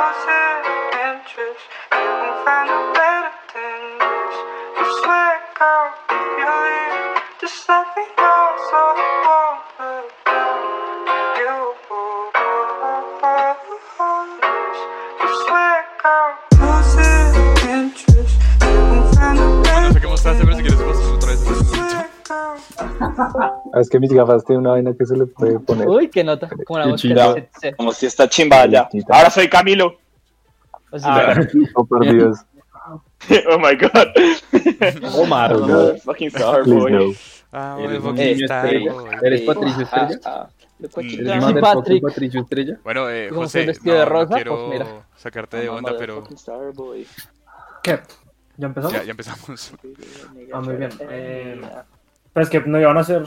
Losing interest, you can find a better than this. You swear, girl, if you leave, just let me know so I won't look down. You, you swear, girl, losing interest, you can find a better No sé qué mostraste, pero si quieres mostrar otra vez. You swear, girl. Ah, Es que mis gafas tienen una vaina que se le puede poner. Uy, qué nota. Como la Y mosca. chingado. se- se- Como si esta chimba ya. Chita. Ahora soy Camilo. o sea, Ah, Oh, por Dios. oh my god. Omar. Oh, ¿no? God. Fucking star Please boy. no. Ah, voy este, Eres un fucking niño star, estrella. boy. ¿Eres Patricio Ah, Estrella? ah, yo pa' Mm. chingar. Sí, Motherfucking Patrick. Patricio Estrella. Bueno, eh, Como fue José, no, vestido de rosa, no pues quiero mira. sacarte de onda, pero Motherfucking star boy. ¿Qué? ¿Ya empezamos? ya, ya empezamos. Ah, muy bien. Eh, Pues que no iban a hacer.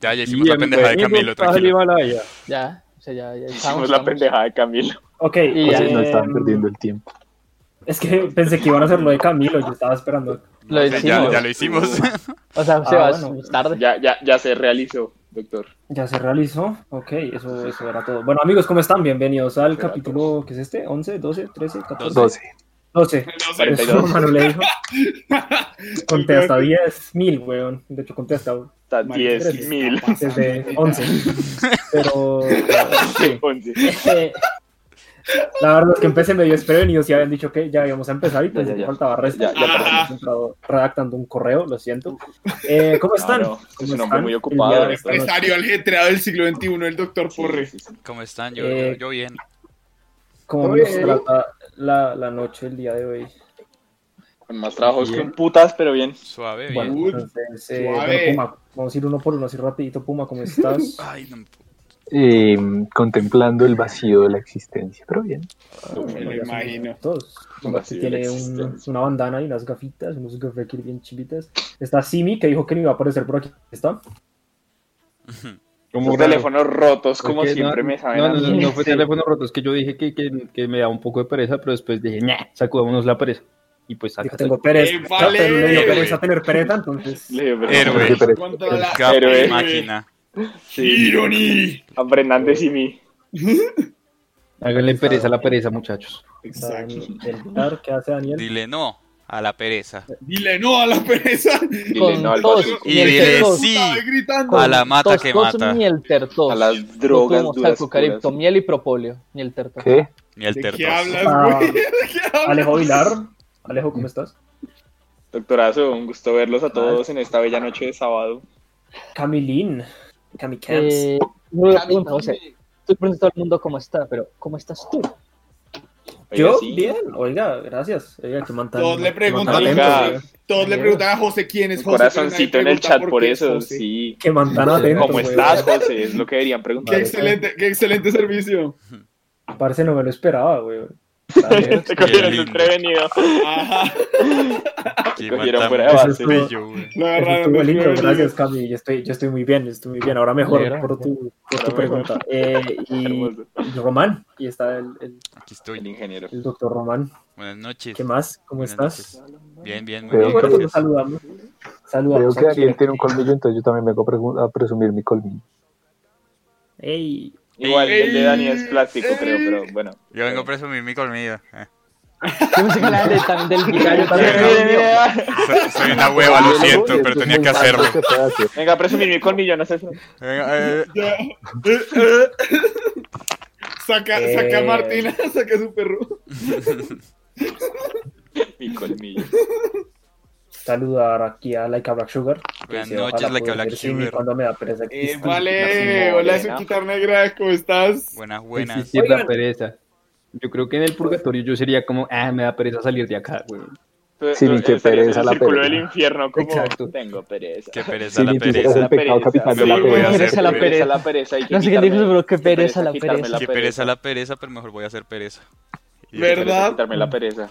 Ya, ya hicimos la pendeja de Camilo, tranquilo. ya, o sea, ya, ya Hicimos estamos, la estamos. pendeja de Camilo. Ok. Y Pues ya, eh, no estaban perdiendo el tiempo. Es que pensé que iban a hacer lo de Camilo, yo estaba esperando. Lo O sea, Eh, ya, hicimos. ya lo hicimos. O sea, se va bueno. tarde. Ya, ya, ya se realizó, doctor. Ya se realizó. Ok, eso, eso era todo. Bueno, amigos, ¿cómo están? Bienvenidos al Era capítulo, ¿qué es este? ¿11, 12, 13, 14? 12. 12. 42. Eso Manu le dijo. Conté hasta 10.000, weón. De hecho, conté hasta Está Mal- 10 mil. desde 11. Pero... sí. Eh, La verdad es que empecé medio desprevenido si habían dicho que ya íbamos a empezar y pues Ya, ya, ya. faltaba resto. Ya, ya, perdón. Habíamos entrado redactando un correo, lo siento. Eh, ¿Cómo están? No, no, es ¿Cómo un hombre están? muy El ocupado, este día de esta noche. Empresario ajetreado del siglo XXI, el doctor Porres. ¿Cómo están? Yo, Eh, yo, yo bien. ¿Cómo nos trata la, la noche el día de hoy? Con más trabajos que un putas, pero bien. Suave, Bueno, bien. Uy, entonces, eh, suave. bueno, Puma, vamos a ir uno por uno así rapidito. Puma, ¿cómo estás? Ah, Ay, no, Eh, contemplando el vacío de la existencia. Pero bien. me lo ya son imagino. Todos. Un Puma, vacío de que la tiene un- existencia. una bandana y unas gafitas, unos gafetes bien chivitas. Está Simi, que dijo que no iba a aparecer por aquí. ¿Está? Los teléfonos rotos, como Porque siempre no, me saben No, a no, no, mí. no fue Sí. teléfono roto, es que yo dije que, que, que me da un poco de pereza, pero después dije, nah, sacudámonos la pereza. Y pues Dijo, saca. tengo pereza. Eh, vale. Pero le dio Héroe. pereza tener pereza, entonces... Le digo, pero- Héroe. Porque parece- Contra la Cap Héroe. máquina. Sí. A Fernández y mí. Háganle pereza a la pereza, muchachos. Exacto. Del bar, ¿Qué hace Daniel? Dile no a la pereza. Dile no a la pereza. Dile no al todos. vacío. Y dile Con- sí Estaba gritando. a la mata Tos, que tos, mata. Miel tertos. A las drogas Como duras. talco, caripto, puras. miel y propóleo. Miel tertos. ¿Qué? Ni el ¿De qué tertos. hablas, Ah. güey? ¿De qué hablas? Alejo Vilar. Alejo, ¿cómo estás? Doctorazo, un gusto verlos a todos en esta bella noche de sábado. Camilín. Camicans. Eh, yo le pregunto, José, tú le preguntas a todo el mundo cómo está, pero ¿cómo estás tú? Oiga, Yo, sí. bien. Oiga, gracias. Oiga, que mantan. Todos le preguntan, oiga, Todos le preguntan a José quién es Un José. corazoncito pero en nadie el pregunta chat por qué es eso, José. sí. Que mantan atentos. ¿Cómo weón. estás, José? Es lo que deberían Qué preguntar. Vale. excelente, qué excelente servicio. Parece no me lo esperaba, güey. Te cogieron cogieron lindo. desprevenido. Ajá. Que Cogieron mata fuera de mucho base. Eso brillo, güey. Lo agarraron. Estuvo lindo, desprevenido. gracias, Cami. Yo estoy, yo estoy muy bien, estoy muy bien. Ahora mejor Mira, por tu, por tu Ahora pregunta. Eh, y Hermoso. y Román, y está el, el, Aquí El estoy. ingeniero. el doctor Román. Buenas noches. ¿Qué más? ¿Cómo Buenas estás? noches. Bien, bien, muy Pero bien. Bueno, pues nos gracias. saludamos. Veo Saludamos. que aquí. alguien tiene un colmillo, entonces yo también vengo a presu- a presumir mi colmillo. Ey, Igual, el de Dani es plástico, Ey. creo, pero bueno. Yo vengo a presumir mi colmillo. Eh, Yo pensé que hablaban de- también del vicario. también. pero- Soy, soy una hueva, lo siento, Esto pero es tenía muy que hacerlo. tarde, ¿qué se hace? Venga, a presumir mi colmillo, no sé si... Venga, eh, Ya. Eh, eh. Saca, Eh. saca a Martina, saca a su perro. Mi colmillo. saludar aquí a Laika Black Sugar. Buenas Dice, ojalá noches, Laika pueda Black ver Simi Sugar. Cuando me da pereza Eh, existir. vale, Nací hola morena. Suquita Negra, ¿cómo estás? buenas, buenas. Existir la Oigan. pereza. Yo creo que en el purgatorio yo sería como, ah, me da pereza salir de acá, güey. Sí, Tú- tú- qué ese- ese pereza es el la círculo pereza. del infierno, como Exacto. tengo pereza. Qué pereza Sí, la ni siquiera es pereza. el pecado capital de la Sí, pereza. voy a hacer Pereza la pereza. la pereza y No sé qué quitarme- dijo, pero qué pereza la quitarme pereza. Qué pereza la pereza, pero mejor voy a hacer pereza. Y- Ver- ¿Verdad? Quitarme la pereza.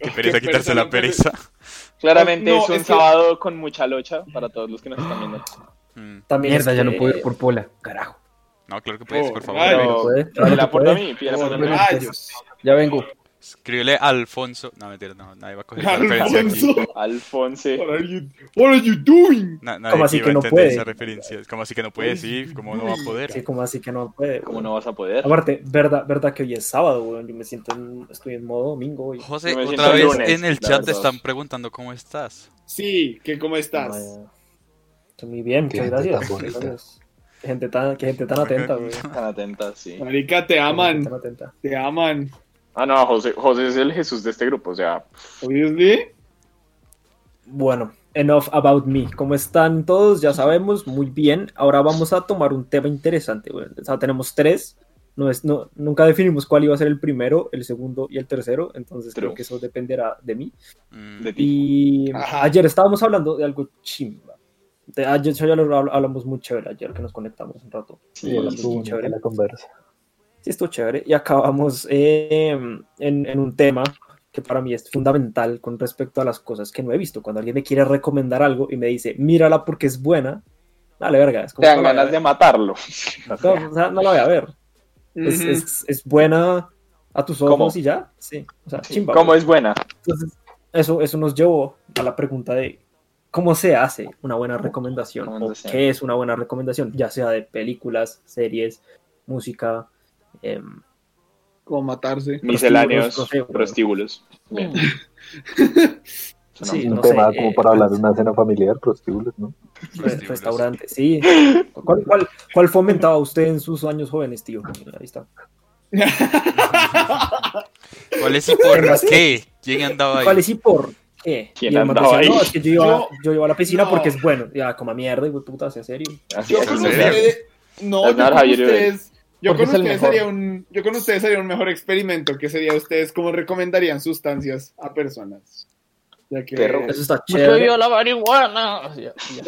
Qué pereza Qué quitarse la pereza. pereza, Claramente No, es un es que- sábado con mucha locha para todos los que nos están viendo. Mm, También Mierda, es ya que- no puedo ir por pola, carajo. No, claro que puedes, Oh, por ay. favor. Pero Pero puede, claro pídele que aporte a puede. mí, pídele aporte a mí. Rayos. Ya vengo. Escríbele a Alfonso. No, mentira, no, nadie va a coger la referencia aquí. Alfonso, Alfonso. what are you, what are you doing? Na- nadie ¿Cómo así aquí va que a no entender puede? esa referencia. Como así que no puede, sí, como no va a poder. Sí, como así que no puede. ¿Cómo weón. no vas a poder? Aparte, verdad, verdad que hoy es sábado, weón. Yo me siento en, estoy en modo domingo hoy. José, Yo me otra siento vez lunes, en el la chat te verdad. están preguntando cómo estás. Sí, ¿qué, ¿cómo estás? Vaya. Estoy muy bien, Qué muchas gente gracias. tan muchas bonita. gracias. Qué gente tan, qué gente tan atenta, weón. Qué Están atentas, sí. Marica, te aman, gente tan atenta. te aman. Ah, no, José, José es el Jesús de este grupo, o sea, Obviously. Bueno, enough about me. ¿Cómo están todos? Ya sabemos, muy bien. Ahora vamos a tomar un tema interesante. Bueno, o sea, tenemos tres. No es, no, nunca definimos cuál iba a ser el primero, el segundo y el tercero. Entonces True. creo que eso dependerá de mí. Mm, de ti. Y Ajá. ayer estábamos hablando de algo chimba. De- ayer ya lo habl- hablamos muy chévere, ayer que nos conectamos un rato. Sí, Hablamos Estuvo muy bonita chévere. la conversa. Sí, estuvo chévere. Y acabamos eh, en, en un tema que para mí es fundamental con respecto a las cosas que no he visto. Cuando alguien me quiere recomendar algo y me dice, mírala porque es buena, dale verga. Es como, Te dan no la voy a ganas de matarlo. ver. No, o sea, no la voy a ver. es, Ujú. es- es buena a tus ojos ¿Cómo? y ya. Sí, o sea, chimba. ¿Cómo güey. es buena? Entonces, eso, eso nos llevó a la pregunta de cómo se hace una buena recomendación o Recomendación. qué es una buena recomendación, ya sea de películas, series, música, em, ¿Cómo matarse? Misceláneos, no sé, güey. prostíbulos. Bien. Suena Sí, muy- un no tema sé, como eh, para hablar de una cena familiar, prostíbulos, ¿no? re- prostíbulos. restaurantes, sí. ¿Cuál, cuál, cuál fomentaba usted en sus años jóvenes, tío? Ahí está. ¿Cuáles y por qué? ¿Quién andaba ahí? ¿Cuál es y por qué? ¿Quién Y el man andaba decía, ahí? No, es que yo iba, Yo- yo iba a la piscina no. porque es bueno. Ya, como mierda, y puta, sea serio. Así Yo es, con o sea, ustedes. No, That's yo not con how you do it. ustedes. Yo Porque con es el ustedes mejor. haría un. Yo con ustedes haría un mejor experimento, que sería ustedes cómo recomendarían sustancias a personas. Ya que. Perro. Eso está Yo chévere. vio la marihuana. O sea, ya.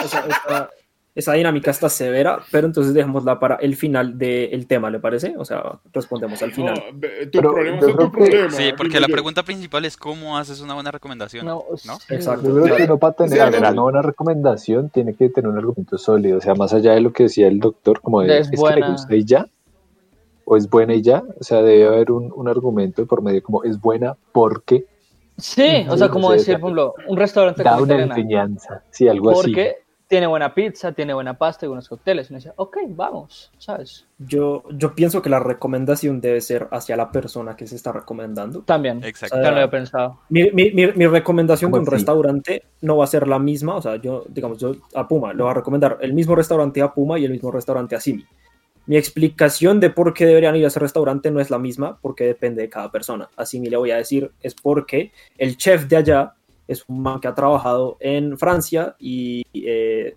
esa, esa- esa dinámica está severa, pero entonces dejémosla para el final del tema, ¿le parece? O sea, respondemos al No, final. be- tu Pero problema yo es tu creo que- problema. Sí, porque la digo yo. pregunta principal es cómo haces una buena recomendación. No, ¿No? sí. Exacto. Yo creo que no para Sí, tener general. una buena recomendación tiene que tener un argumento sólido, o sea, más allá de lo que decía el doctor, como de Es es, que le buena. gusta y ya, o es buena y ya, o sea, debe haber un, un argumento de por medio como es buena porque Sí, o sea, como Sí, sí, decir, sí. por ejemplo, un restaurante da como una italiana. enseñanza, sí, algo así. Porque tiene buena pizza, tiene buena pasta y buenos cócteles. Y uno dice, ok, vamos, ¿sabes? Yo, yo pienso que la recomendación debe ser hacia la persona que se está recomendando. También. Exacto. Yo no había pensado. Mi, mi- mi- mi recomendación de ¿Cómo un así? restaurante no va a ser la misma, o sea, yo, digamos, yo a Puma le voy a recomendar el mismo restaurante a Puma y el mismo restaurante a Simi. Mi explicación de por qué deberían ir a ese restaurante no es la misma, porque depende de cada persona. A Simi le voy a decir es porque el chef de allá es un man que ha trabajado en Francia y eh,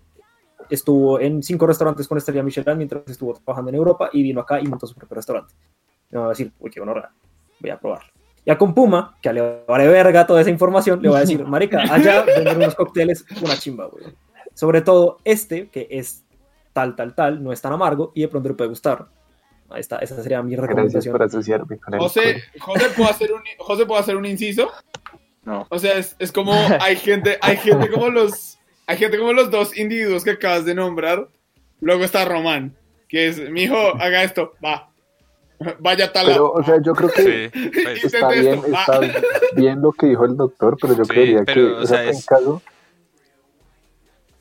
estuvo en cinco restaurantes con estrella Michelin mientras estuvo trabajando en Europa y vino acá y montó su propio restaurante. Me va a decir, uy, qué honor, voy a probarlo. Ya con Puma, que le vale verga toda esa información, le voy a decir, marica, allá venden unos cócteles, una chimba, güey. Sobre todo este, que es tal, tal, tal, no es tan amargo y de pronto le puede gustar. Ahí está, esa sería mi Gracias recomendación. por asociarme con él. José, José, ¿puedo hacer un, José, ¿puedo hacer un inciso? No. O sea, es, es como hay gente, hay gente como los, hay gente como los dos individuos que acabas de nombrar. Luego está Román, que es, mi hijo, haga esto, va, vaya a tal Pero, lado. o sea, yo creo que Sí, pues, Intenta está bien, esto. está bien lo que dijo el doctor, pero yo Sí, creería pero, que, o o sea, sea, en es- caso,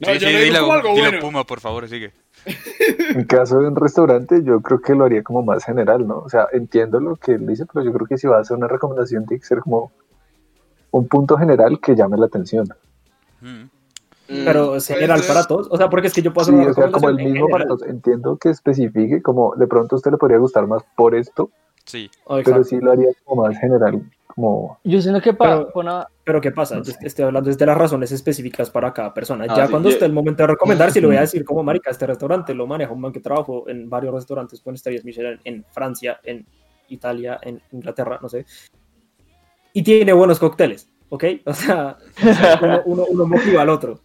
no, sí, yo sí, lo digo dilo, como algo dilo, bueno. Puma, por favor, sigue. en caso de un restaurante, yo creo que lo haría como más general, ¿no? O sea, entiendo lo que él dice, pero yo creo que si va a hacer una recomendación tiene que ser como un punto general que llame la atención. Mm. Pero es puede general ser. para todos, o sea, porque es que yo puedo Sí, hacer Pues, una o sea, como el recomendación en mismo para general. todos. Entiendo que especifique, como de pronto a usted le podría gustar más por esto, Sí, Oh, pero exacto. sí lo haría como más general, como Yo siento que para Pero- una... Pero ¿qué pasa? Yo estoy hablando desde las razones específicas para cada persona. Ah, ya sí, cuando yo- esté el momento de recomendar, si le voy a decir como marica, este restaurante lo maneja un man que trabajo en varios restaurantes con estrellas Michelin en Francia, en Italia, en Inglaterra, no sé. Y tiene buenos cócteles, ¿ok? O sea, uno, uno- uno motiva al otro.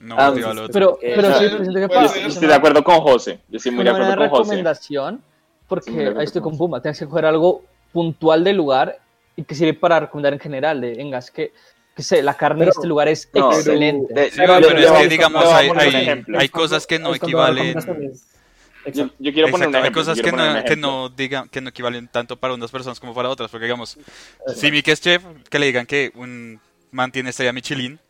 no Ah, motiva al sí, otro. Pero, Eh, pero sí, eh, yo siento que puede para Yo ser. yo una- estoy de acuerdo con José. Yo estoy muy de una buena acuerdo con José. recomendación, Sí, muy de porque acuerdo ahí estoy con con Puma, tienes que coger algo puntual del lugar y que sirve para recomendar en general, de, venga, es que, que sé, la carne de Pero- este lugar es No, excelente. de- Sí, pero le- le es que vamos- digamos le vamos hay, a poner un hay, ejemplo. hay cosas que no Es cuando la equivalen recomendación es- Yo, yo Exacto, quiero poner un ejemplo. hay cosas yo que quiero poner no, un que, ejemplo. no digan, que no equivalen tanto para unas personas como para otras, porque digamos, si mi que es chef, que le digan que un man tiene estrella Michelin,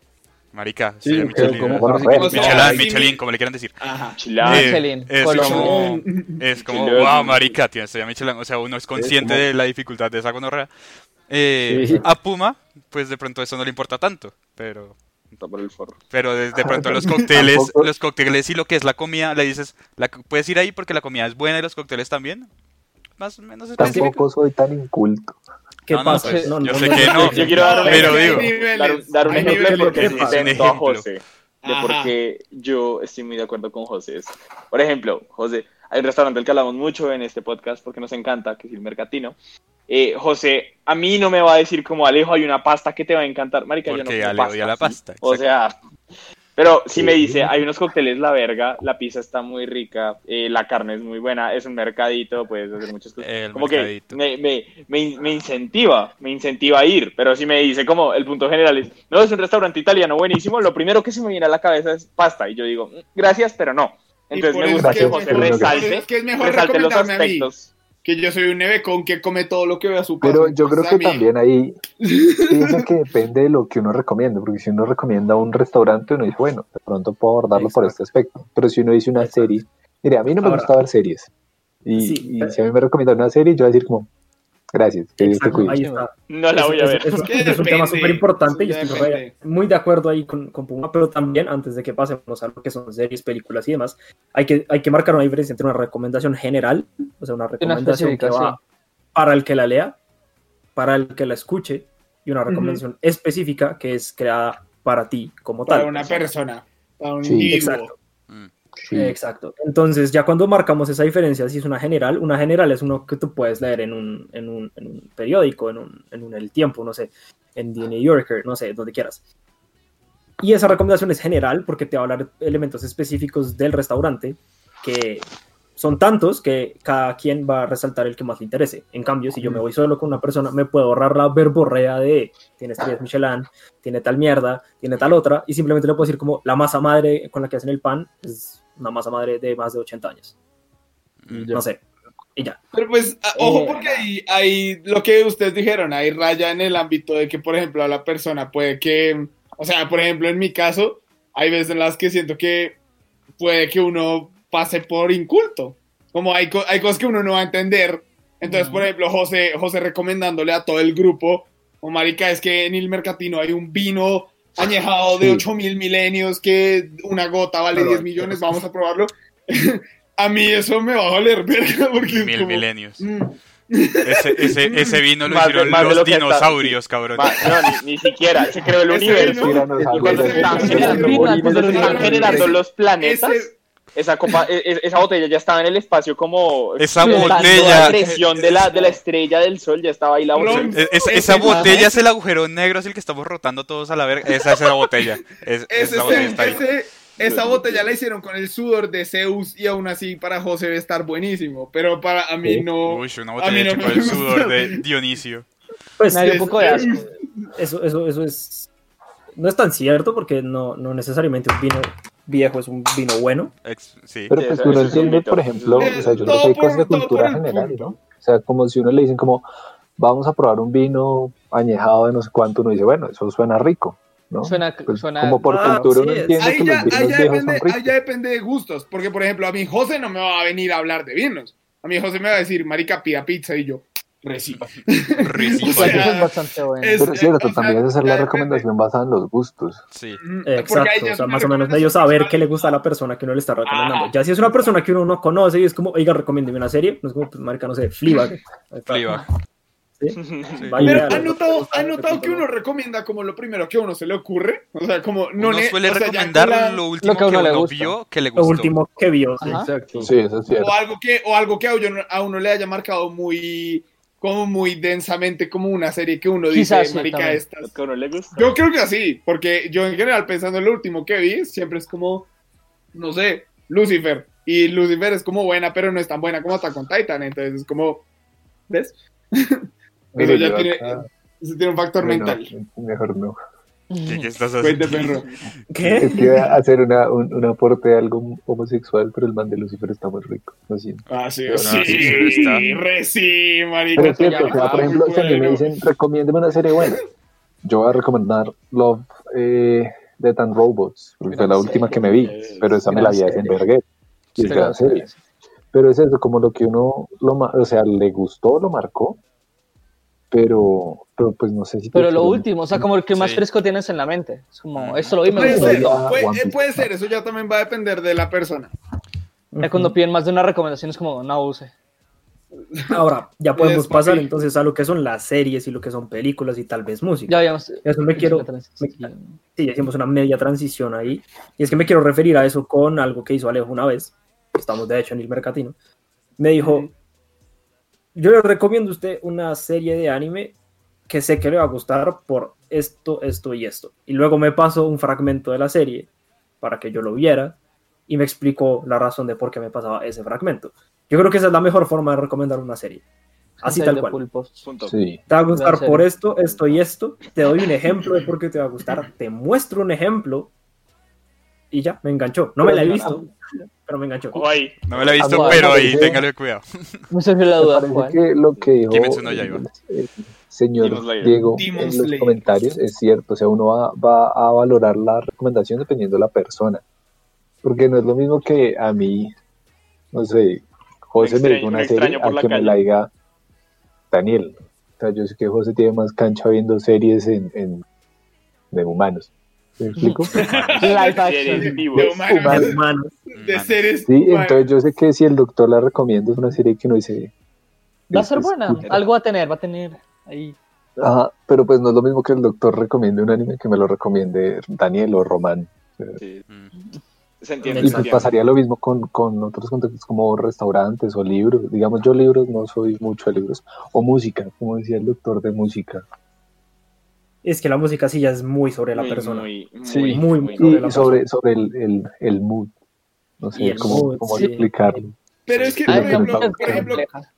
marica, Sí, estrella pero Michelin, como- Bueno, parece que- bueno. Michelin, Ah, sí, Michelin, mi- como le quieran decir. Ajá. Chilada. Eh, Michelin, es Colombia. como, es como, Michelin. wow, marica, tiene estrella Michelin, o sea, uno es consciente como- de la dificultad de esa gonorrea. Eh, Sí. A Puma, pues de pronto eso no le importa tanto, pero... Está por el forro. Pero de, de pronto los cócteles, Tampoco. los cócteles y lo que es la comida, le dices, la, puedes ir ahí porque la comida es buena y los cócteles también. Más o menos específico. Tampoco soy tan inculto. ¿Qué No, no, pasa? pues, No, yo no, sé no, que no, no. Yo quiero dar un Pero ejemplo. digo, Dar un, dar un Hay ejemplo de niveles por qué de sí pasa. se Un notó a ejemplo. José. De por Ajá. qué yo estoy muy de acuerdo con José. Es, Por ejemplo, José, hay un restaurante del que hablamos mucho en este podcast porque nos encanta, que es el Mercatino. Eh, José, a mí no me va a decir como Alejo, hay una pasta que te va a encantar. Marica, yo no Porque como Ale pasta, odia la ¿sí? pasta, O sea, pero si me dice, hay unos cócteles la verga, la pizza está muy rica, eh, la carne es muy buena, es un mercadito, puedes hacer muchas cosas. El como mercadito. que me, me, me, in- me incentiva, me incentiva a ir, pero si me dice como el punto general es, no, es un restaurante italiano buenísimo, lo primero que se me viene a la cabeza es pasta, y yo digo, "Mm, gracias, pero no. Y Entonces por me eso gusta es que que- José por eso es resalte, Es que es mejor resalte los recomendarme a mí, aspectos. que yo soy un nevecón que come todo lo que ve a su paso. Pero yo creo entonces que a mí- también ahí pienso que depende de lo que uno recomienda, porque si uno recomienda un restaurante, uno dice, bueno, de pronto puedo abordarlo por este aspecto. Pero si uno dice una serie, mire, a mí no me Ahora- gusta ver series. Y, Sí, y eh, pero- si a mí me recomiendan una serie, yo voy a decir como, gracias, que Dios te Exacto, cuide. ahí está. No la Eso- voy a eso- ver. eso- Es que eso es un depende, tema súper importante y eso ya estoy re- depende. muy de acuerdo ahí con, con Puma, pero también antes de que pasemos a lo que son series, películas y demás, hay que, hay que marcar una diferencia entre una recomendación general, o sea, una recomendación que especificación. va para el que la lea, para el que la escuche, y una recomendación específica que es creada para ti como Para tal. una persona, para un Sí. individuo. Exacto. Sí. Exacto. Entonces, ya cuando marcamos esa diferencia, si es una general, una general es uno que tú puedes leer en un, en un, en un periódico, en un, en un El Tiempo, no sé, en The New Yorker, no sé, donde quieras. Y esa recomendación es general porque te va a hablar elementos específicos del restaurante que son tantos que cada quien va a resaltar el que más le interese. En cambio, si yo me voy solo con una persona, me puedo ahorrar la verborrea de tiene estrellas Michelin, tiene tal mierda, tiene tal otra, y simplemente le puedo decir como la masa madre con la que hacen el pan es una masa madre de más de 80 años. No sé. Y ya. Pero pues, a- Eh. ojo, porque ahí, ahí lo que ustedes dijeron, ahí raya en el ámbito de que, por ejemplo, a la persona puede que, o sea, por ejemplo, en mi caso, hay veces en las que siento que puede que uno pase por inculto. Como hay, co- hay cosas que uno no va a entender. Entonces, por ejemplo, José, José recomendándole a todo el grupo, o marica, es que en el mercatino hay un vino añejado de Sí. 8000 milenios que una gota vale Pero- 10 millones, vamos a probarlo. a mí eso me va a valer verga porque es Mil como- milenios. Mm. Ese, ese, ese vino lo Más de- hicieron más de los lo que está, dinosaurios, cabrón. Va, no, ni, ni siquiera, se creó el Ese universo. vino- Tiranosaurios. Cuando Ese están vino- generando, Ese vino- cuando Ese están vino- generando Ese- los planetas, Ese- esa copa, e- e- esa botella ya estaba en el espacio como Esa flotando botella. eh, a presión de la, de la estrella del sol, ya estaba ahí la Blon- botella. Es- es- Ese- esa ese- botella es el agujero negro, es el que estamos rotando todos a la verga. Esa es la botella. Es, ese- esa botella está ahí. ese- Esa botella la hicieron con el sudor de Zeus y aún así para José debe estar buenísimo, pero para a mí no. Uy, una a mí botella no tipo me el gusta. sudor de Dionisio. Pues Me dio un es- poco de asco. eso, eso, eso es... No es tan cierto porque no, no necesariamente un vino viejo es un vino bueno. Ex- sí. Pero Sí, pues eso- uno eso es un entiende, mito. por ejemplo, o sea, yo creo que hay Todo por- cosas de todo cultura por el general, punto. ¿no? O sea, como si uno le dicen como, vamos a probar un vino añejado de no sé cuánto, uno dice, bueno, eso suena rico, ¿no? Suena, Pues, suena como por Ah, cultura sí, uno es- entiende Ahí que ya, los vinos ahí ya viejos son depende, ahí ya ricos. depende de gustos, porque por ejemplo a mí José no me va a venir a hablar de vinos. A mí José me va a decir, marica, pida pizza y yo, recibo. Risipa. O sea, eso es bastante bueno. es- Pero es cierto, o sea, también es hacer ya la depende. recomendación basada en los gustos. Sí. Mm, porque ahí Exacto, ya o es sea, más o una menos medio recomendación saber personal. qué le gusta a la persona que uno le está recomendando. Ah. Ya si es una persona que uno no conoce y es como, oiga, recomiéndeme una serie, no es como, pues, marca, no sé, Fleabag. Ahí está. Fleabag. Vaya, Pero algo. ¿han notado, han notado Exacto. que uno recomienda como lo primero que a uno se le ocurre? O sea, como No no le- suele o sea, ya recomendar con la- lo último que Lo que a uno uno, le gusta. vio que le Lo gustó. último que vio. sí. Ajá. Exacto. Sí, eso es cierto. o algo que o algo que a uno, a uno le haya marcado muy como muy densamente como una serie que uno Quizás dice sí, marica también. estas Que a uno le gusta. yo creo que así porque yo en general pensando en lo último que vi siempre es como no sé Lucifer y Lucifer es como buena pero no es tan buena como hasta con Titan entonces es como ves Eso Mire, ya yo tiene, acá- eso tiene un factor bueno, mental Mejor no. ¿Qué, qué estás haciendo? Cuente, perro. ¿Qué? Es que iba a hacer una, un, un aporte a algo homosexual, pero el man de Lucifer está muy rico. Lo siento. Ah, sí, No, sí, sí, sí, está. re sí, marica. Pero es cierto, o está sea, por muy ejemplo, si a mí me culero. dicen, recomiéndeme una serie buena, yo voy a recomendar Love, eh, Death and Robots, porque fue la última que me vi, pero esa me la vi Gran hace en serie. Verguer. Y es gran serie. Pero es eso, como lo que uno, lo ma- o sea, le gustó, lo marcó, pero, pero pues no sé si... Pero lo prefiero- último, o sea, como el que más Sí. fresco tienes en la mente. Es como, Ajá. esto lo vi, me Puede gustó. ser, Ah, puede- eh, One Piece. puede ser, eso ya también va a depender de la persona. Ya cuando piden más de una recomendación es como, no use. Ahora, ya podemos Es, papi. pasar entonces a lo que son las series y lo que son películas y tal vez música. Ya habíamos... Eso me quiero. me- sí, ya hicimos una media transición ahí. Y es que me quiero referir a eso con algo que hizo Alejo una vez. Estamos de hecho en el Mercatino. Me dijo: Yo le recomiendo a usted una serie de anime que sé que le va a gustar por esto, esto y esto. Y luego me pasó un fragmento de la serie para que yo lo viera y me explicó la razón de por qué me pasaba ese fragmento. Yo creo que esa es la mejor forma de recomendar una serie. Así tal cual. Pulpos. Punto. Sí, Te va a Gran gustar serie. por esto, esto y esto. Te doy un ejemplo de por qué te va a gustar. Te muestro un ejemplo. Y ya, me enganchó. No me la he visto, pero me enganchó. Ojo ahí. No me la he visto, Ah, pero bueno, ahí ¿eh? sí. téngale cuidado. Me surgió la me duda, parece Juan. que lo que dijo Kimetsu no Yaiba. el, el señor Demon Slayer. Diego Demon en los Slayer. comentarios es cierto, o sea, uno va, va a valorar la recomendación dependiendo de la persona, porque no es lo mismo que a mí, no sé, José Un extraño- me dijo un una extraño serie por a la que me calle. la diga Daniel, o sea, yo sé que José tiene más cancha viendo series en, en- de humanos, ¿me explico? Live Series action. vivos. De humanos, Hermano, de seres Sí, humanos. entonces yo sé que si el doctor la recomienda es una serie que uno dice... Va a ser "Es- buena. escucha". Algo va a tener, va a tener ahí. Ajá, pero pues no es lo mismo que el doctor recomiende un anime que me lo recomiende Daniel o Román. Sí. Mm. Se entiende. Y se pues entiende. pasaría lo mismo con, con otros contextos como restaurantes o libros. Digamos, yo libros no soy mucho de libros. O música, como decía el doctor de música. Es que la música sí ya es muy sobre la Muy, persona. Muy, muy, Sí. Muy, muy. muy. Sobre la Y sobre, sobre el, el, el mood. No Y sé el cómo, mood, cómo sí. explicarlo. Pero es que, Sí, por la que me ejemplo, está por ejemplo, Compleja.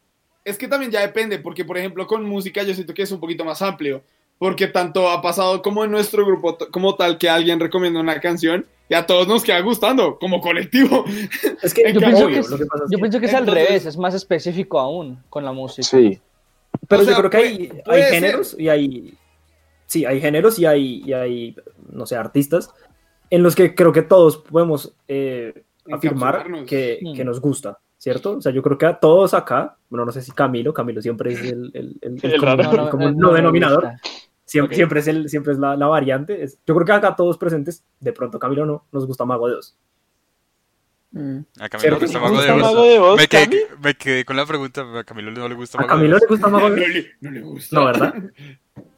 es que también ya depende, porque por ejemplo con música yo siento que es un poquito más amplio, porque tanto ha pasado como en nuestro grupo t- como tal que alguien recomienda una canción y a todos nos queda gustando como colectivo. Es que En yo pienso cambio, que, obvio, lo lo que pasa es Yo que- pienso que es al Entonces- revés, es más específico aún con la música. Sí, Pero O sea, yo creo que hay, puede- hay puede ser. géneros y hay. Sí, hay géneros y hay, y hay, no sé, artistas en los que creo que todos podemos eh, afirmar Encapsularnos. que, Mm. que nos gusta, ¿cierto? O sea, yo creo que a todos acá, bueno, no sé si Camilo, Camilo siempre es el, el, el- El el raro. común- el común no me denominador. gusta. Siem- Ok. Siempre es, el, siempre es la, la variante. Es- yo creo que acá todos presentes, de pronto Camilo no, nos gusta Mago de Oz. A Camilo le gusta Mago de Oz. Mago de Oz, Me Cami? quedé, me quedé con la pregunta, pero a Camilo no le gusta A Mago de Camilo Oz. le gusta Mago No de Oz. le, no le gusta. No, ¿verdad?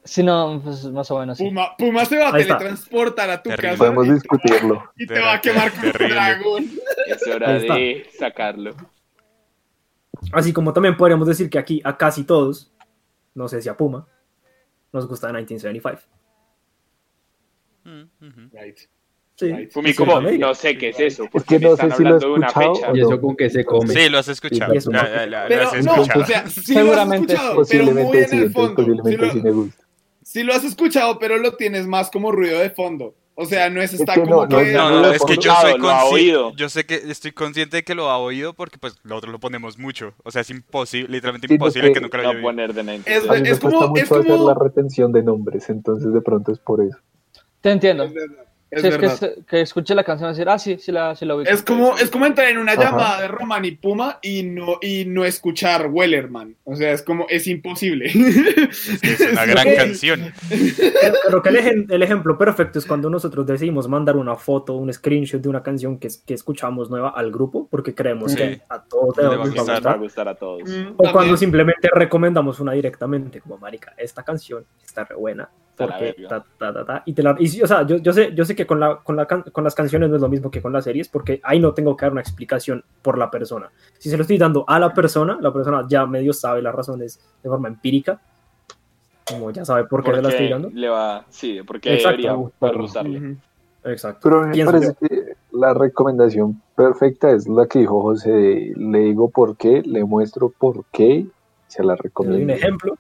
Sí, no, pues más o menos. sí. Puma, Puma se va a Ahí está. teletransportar a tu Terrible. casa podemos y- discutirlo. y te va a quemar como un Terrible. dragón. Es hora Ahí está. de sacarlo. Así como también podríamos decir que aquí a casi todos, no sé si a Puma, nos gusta 1975. Mm, ujú. Right. Sí. Right. Fumi Sí, como, América. no sé qué es eso, Es porque que me no están sé si lo he hablando de una escuchado fecha. o ¿Y eso no. con qué se come? Sí, lo has escuchado. Y eso. La- la- la- lo Pero has no, escuchado. o sea, sí lo has Seguramente escuchado, pero muy Posiblemente en sí, el entonces fondo. Sí posiblemente lo, sí me gusta. sí lo has escuchado, pero lo tienes más como ruido de fondo. O sea, no es Es está que como no, no que... es- No, Lo no, he es que yo escuchado, soy lo ha consci- oído. Yo sé que estoy consciente de que lo ha oído porque pues lo otro lo ponemos mucho. O sea, es imposible, literalmente Sí, imposible porque- que nunca lo haya No oído. poner de nada. Es- A mí entonces, me es cuesta como- mucho es como- hacer la retención de nombres, entonces de pronto es por eso. Te entiendo. Es verdad, Es, es si es que, verdad. es- que escuche la canción y decir, ah, sí, sí la, sí la ubico. Es como, es como entrar en una Ajá. llamada de Roman y Puma y no, y no escuchar Wellerman. O sea, es como, es imposible. Es que es una Sí, gran ok. canción. Pero, pero que el, ejem- el ejemplo perfecto es cuando nosotros decidimos mandar una foto, un screenshot de una canción que, es- que escuchamos nueva al grupo, porque creemos Sí. que a todos Le va a les va a gustar. va a gustar. gustar a todos. Mm, O cuando también. simplemente recomendamos una directamente, como marica, esta canción está re buena. Está la Porque verga. ta, ta, ta, ta, y te la, y sí, o sea, yo, yo sé, yo sé que con, la, con, la can- con las canciones no es lo mismo que con las series, porque ahí no tengo que dar una explicación por la persona. Si se lo estoy dando a la persona, la persona ya medio sabe las razones de forma empírica, como ya sabe por qué se la estoy Porque dando. le va, sí, porque Exacto. debería Gustarlo. gustarle. Ujú. Exacto. Pero a mí me Pienso parece que la recomendación perfecta es la que dijo José, de, le digo por qué, le muestro por qué, se la Te doy un recomiendo. ejemplo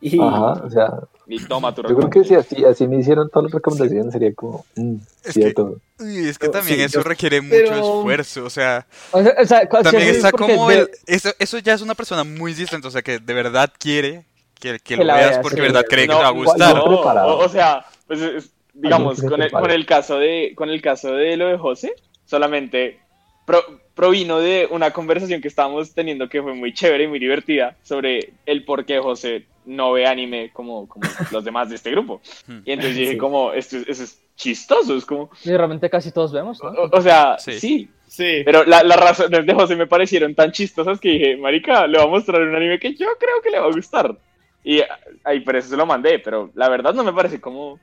Y Ajá, o sea, Y toma tu yo creo que si así, así me hicieran todas las recomendaciones sería como, mm, Es sí, de que- todo. Y es que Pero, también sí, eso yo- requiere mucho pero- esfuerzo, o sea, O sea, o sea, cu- también siempre es está porque como de- el... Eso, eso ya es una persona muy distante, o sea, que de verdad quiere que, que lo la veas veas, porque sí. de verdad cree que No, te va a no, gustar. no. preparado. O, o sea, pues, es- digamos, Alguien que con el, prepare. con el caso de, con el caso de lo de José, solamente pro- provino de una conversación que estábamos teniendo que fue muy chévere y muy divertida sobre el por qué José no ve anime como, como los demás de este grupo. Hmm. Y entonces dije, Sí. como, esto, es- eso es chistoso, es como, y realmente casi todos vemos, ¿no? o, o sea, Sí. sí, Sí. Pero la- las razones de José me parecieron tan chistosas que dije, marica, le voy a mostrar un anime que yo creo que le va a gustar. Y ahí por eso se lo mandé, pero la verdad no me parece como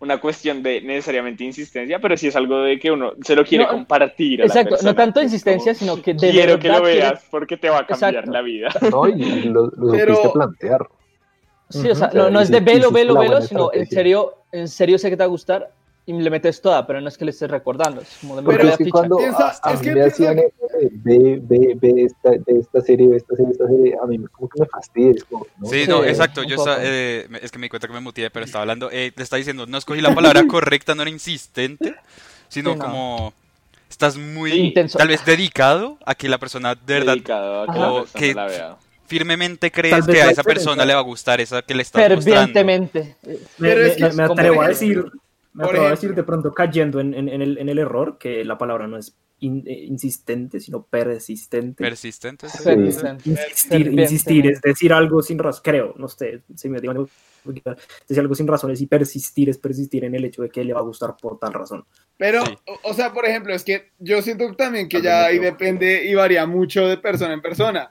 una cuestión de necesariamente insistencia, pero sí es algo de que uno se lo quiere No, compartir a la Exacto, persona. no tanto Es insistencia, como, sino que de quiero verdad que lo quiere- veas porque te va a cambiar Exacto. la vida. No, y lo, lo Pero- supiste plantear. Sí, o sea, Ujú. no, no es de Hiciste- velo, hiciste velo, la velo, buena sino en estrategia. serio, en serio sé que te va a gustar y le metes toda, pero no es que le estés recordando, es como de Porque Pero- es meterle la que ficha. cuando Piensa- a, a es mí que me piensa- hacían eh, ve, ve, ve esta, de esta serie, ve esta serie, esta serie, a mí me- como que me fastidia. es como, ¿no? Sí, no, Sí, exacto. un Yo poco. estaba, eh, me- es que me di cuenta que me muteé, pero estaba hablando. Eh, le estaba diciendo, no escogí la palabra correcta, no era insistente, sino Sí, no. como estás muy, Sí, intenso. tal vez dedicado a que la persona de verdad Dedicado a que Ajá. la persona Que- la vea. firmemente Tal crees vez que a la esa persona diferencia. le va a gustar esa que le estás mostrando. Fervientemente. me, Pero me- es que me- es me como- atrevo a decir, me Por atrevo a ejemplo. decir de pronto cayendo en, en- en el, en el error que la palabra no es in- eh, insistente, sino persistente. Persistente. sí. Sí. Fervientemente. insistir, Fervientemente. insistir, es decir algo sin razón, creo, no sé, si me digo, decir algo sin razones y persistir es persistir en el hecho de que le va a gustar por tal razón. Pero, Sí. o- o sea, por ejemplo, es que yo siento también que También ya me ahí equivoco. depende y varía mucho de persona en persona.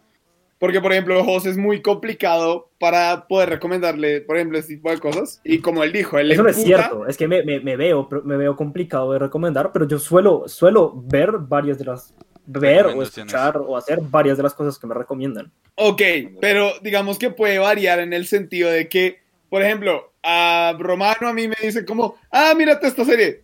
Porque, por ejemplo, José es muy complicado para poder recomendarle, por ejemplo, este tipo de cosas. Y como él dijo, él Eso le no es emputa- cierto, es que me, me- me veo, pero me veo complicado de recomendar, pero yo suelo, suelo ver varias de las ver o Recomendaciones. escuchar o hacer varias de las cosas que me recomiendan. Ok, pero digamos que puede variar en el sentido de que, por ejemplo, a Romano a mí me dice como, ah, mírate esta serie.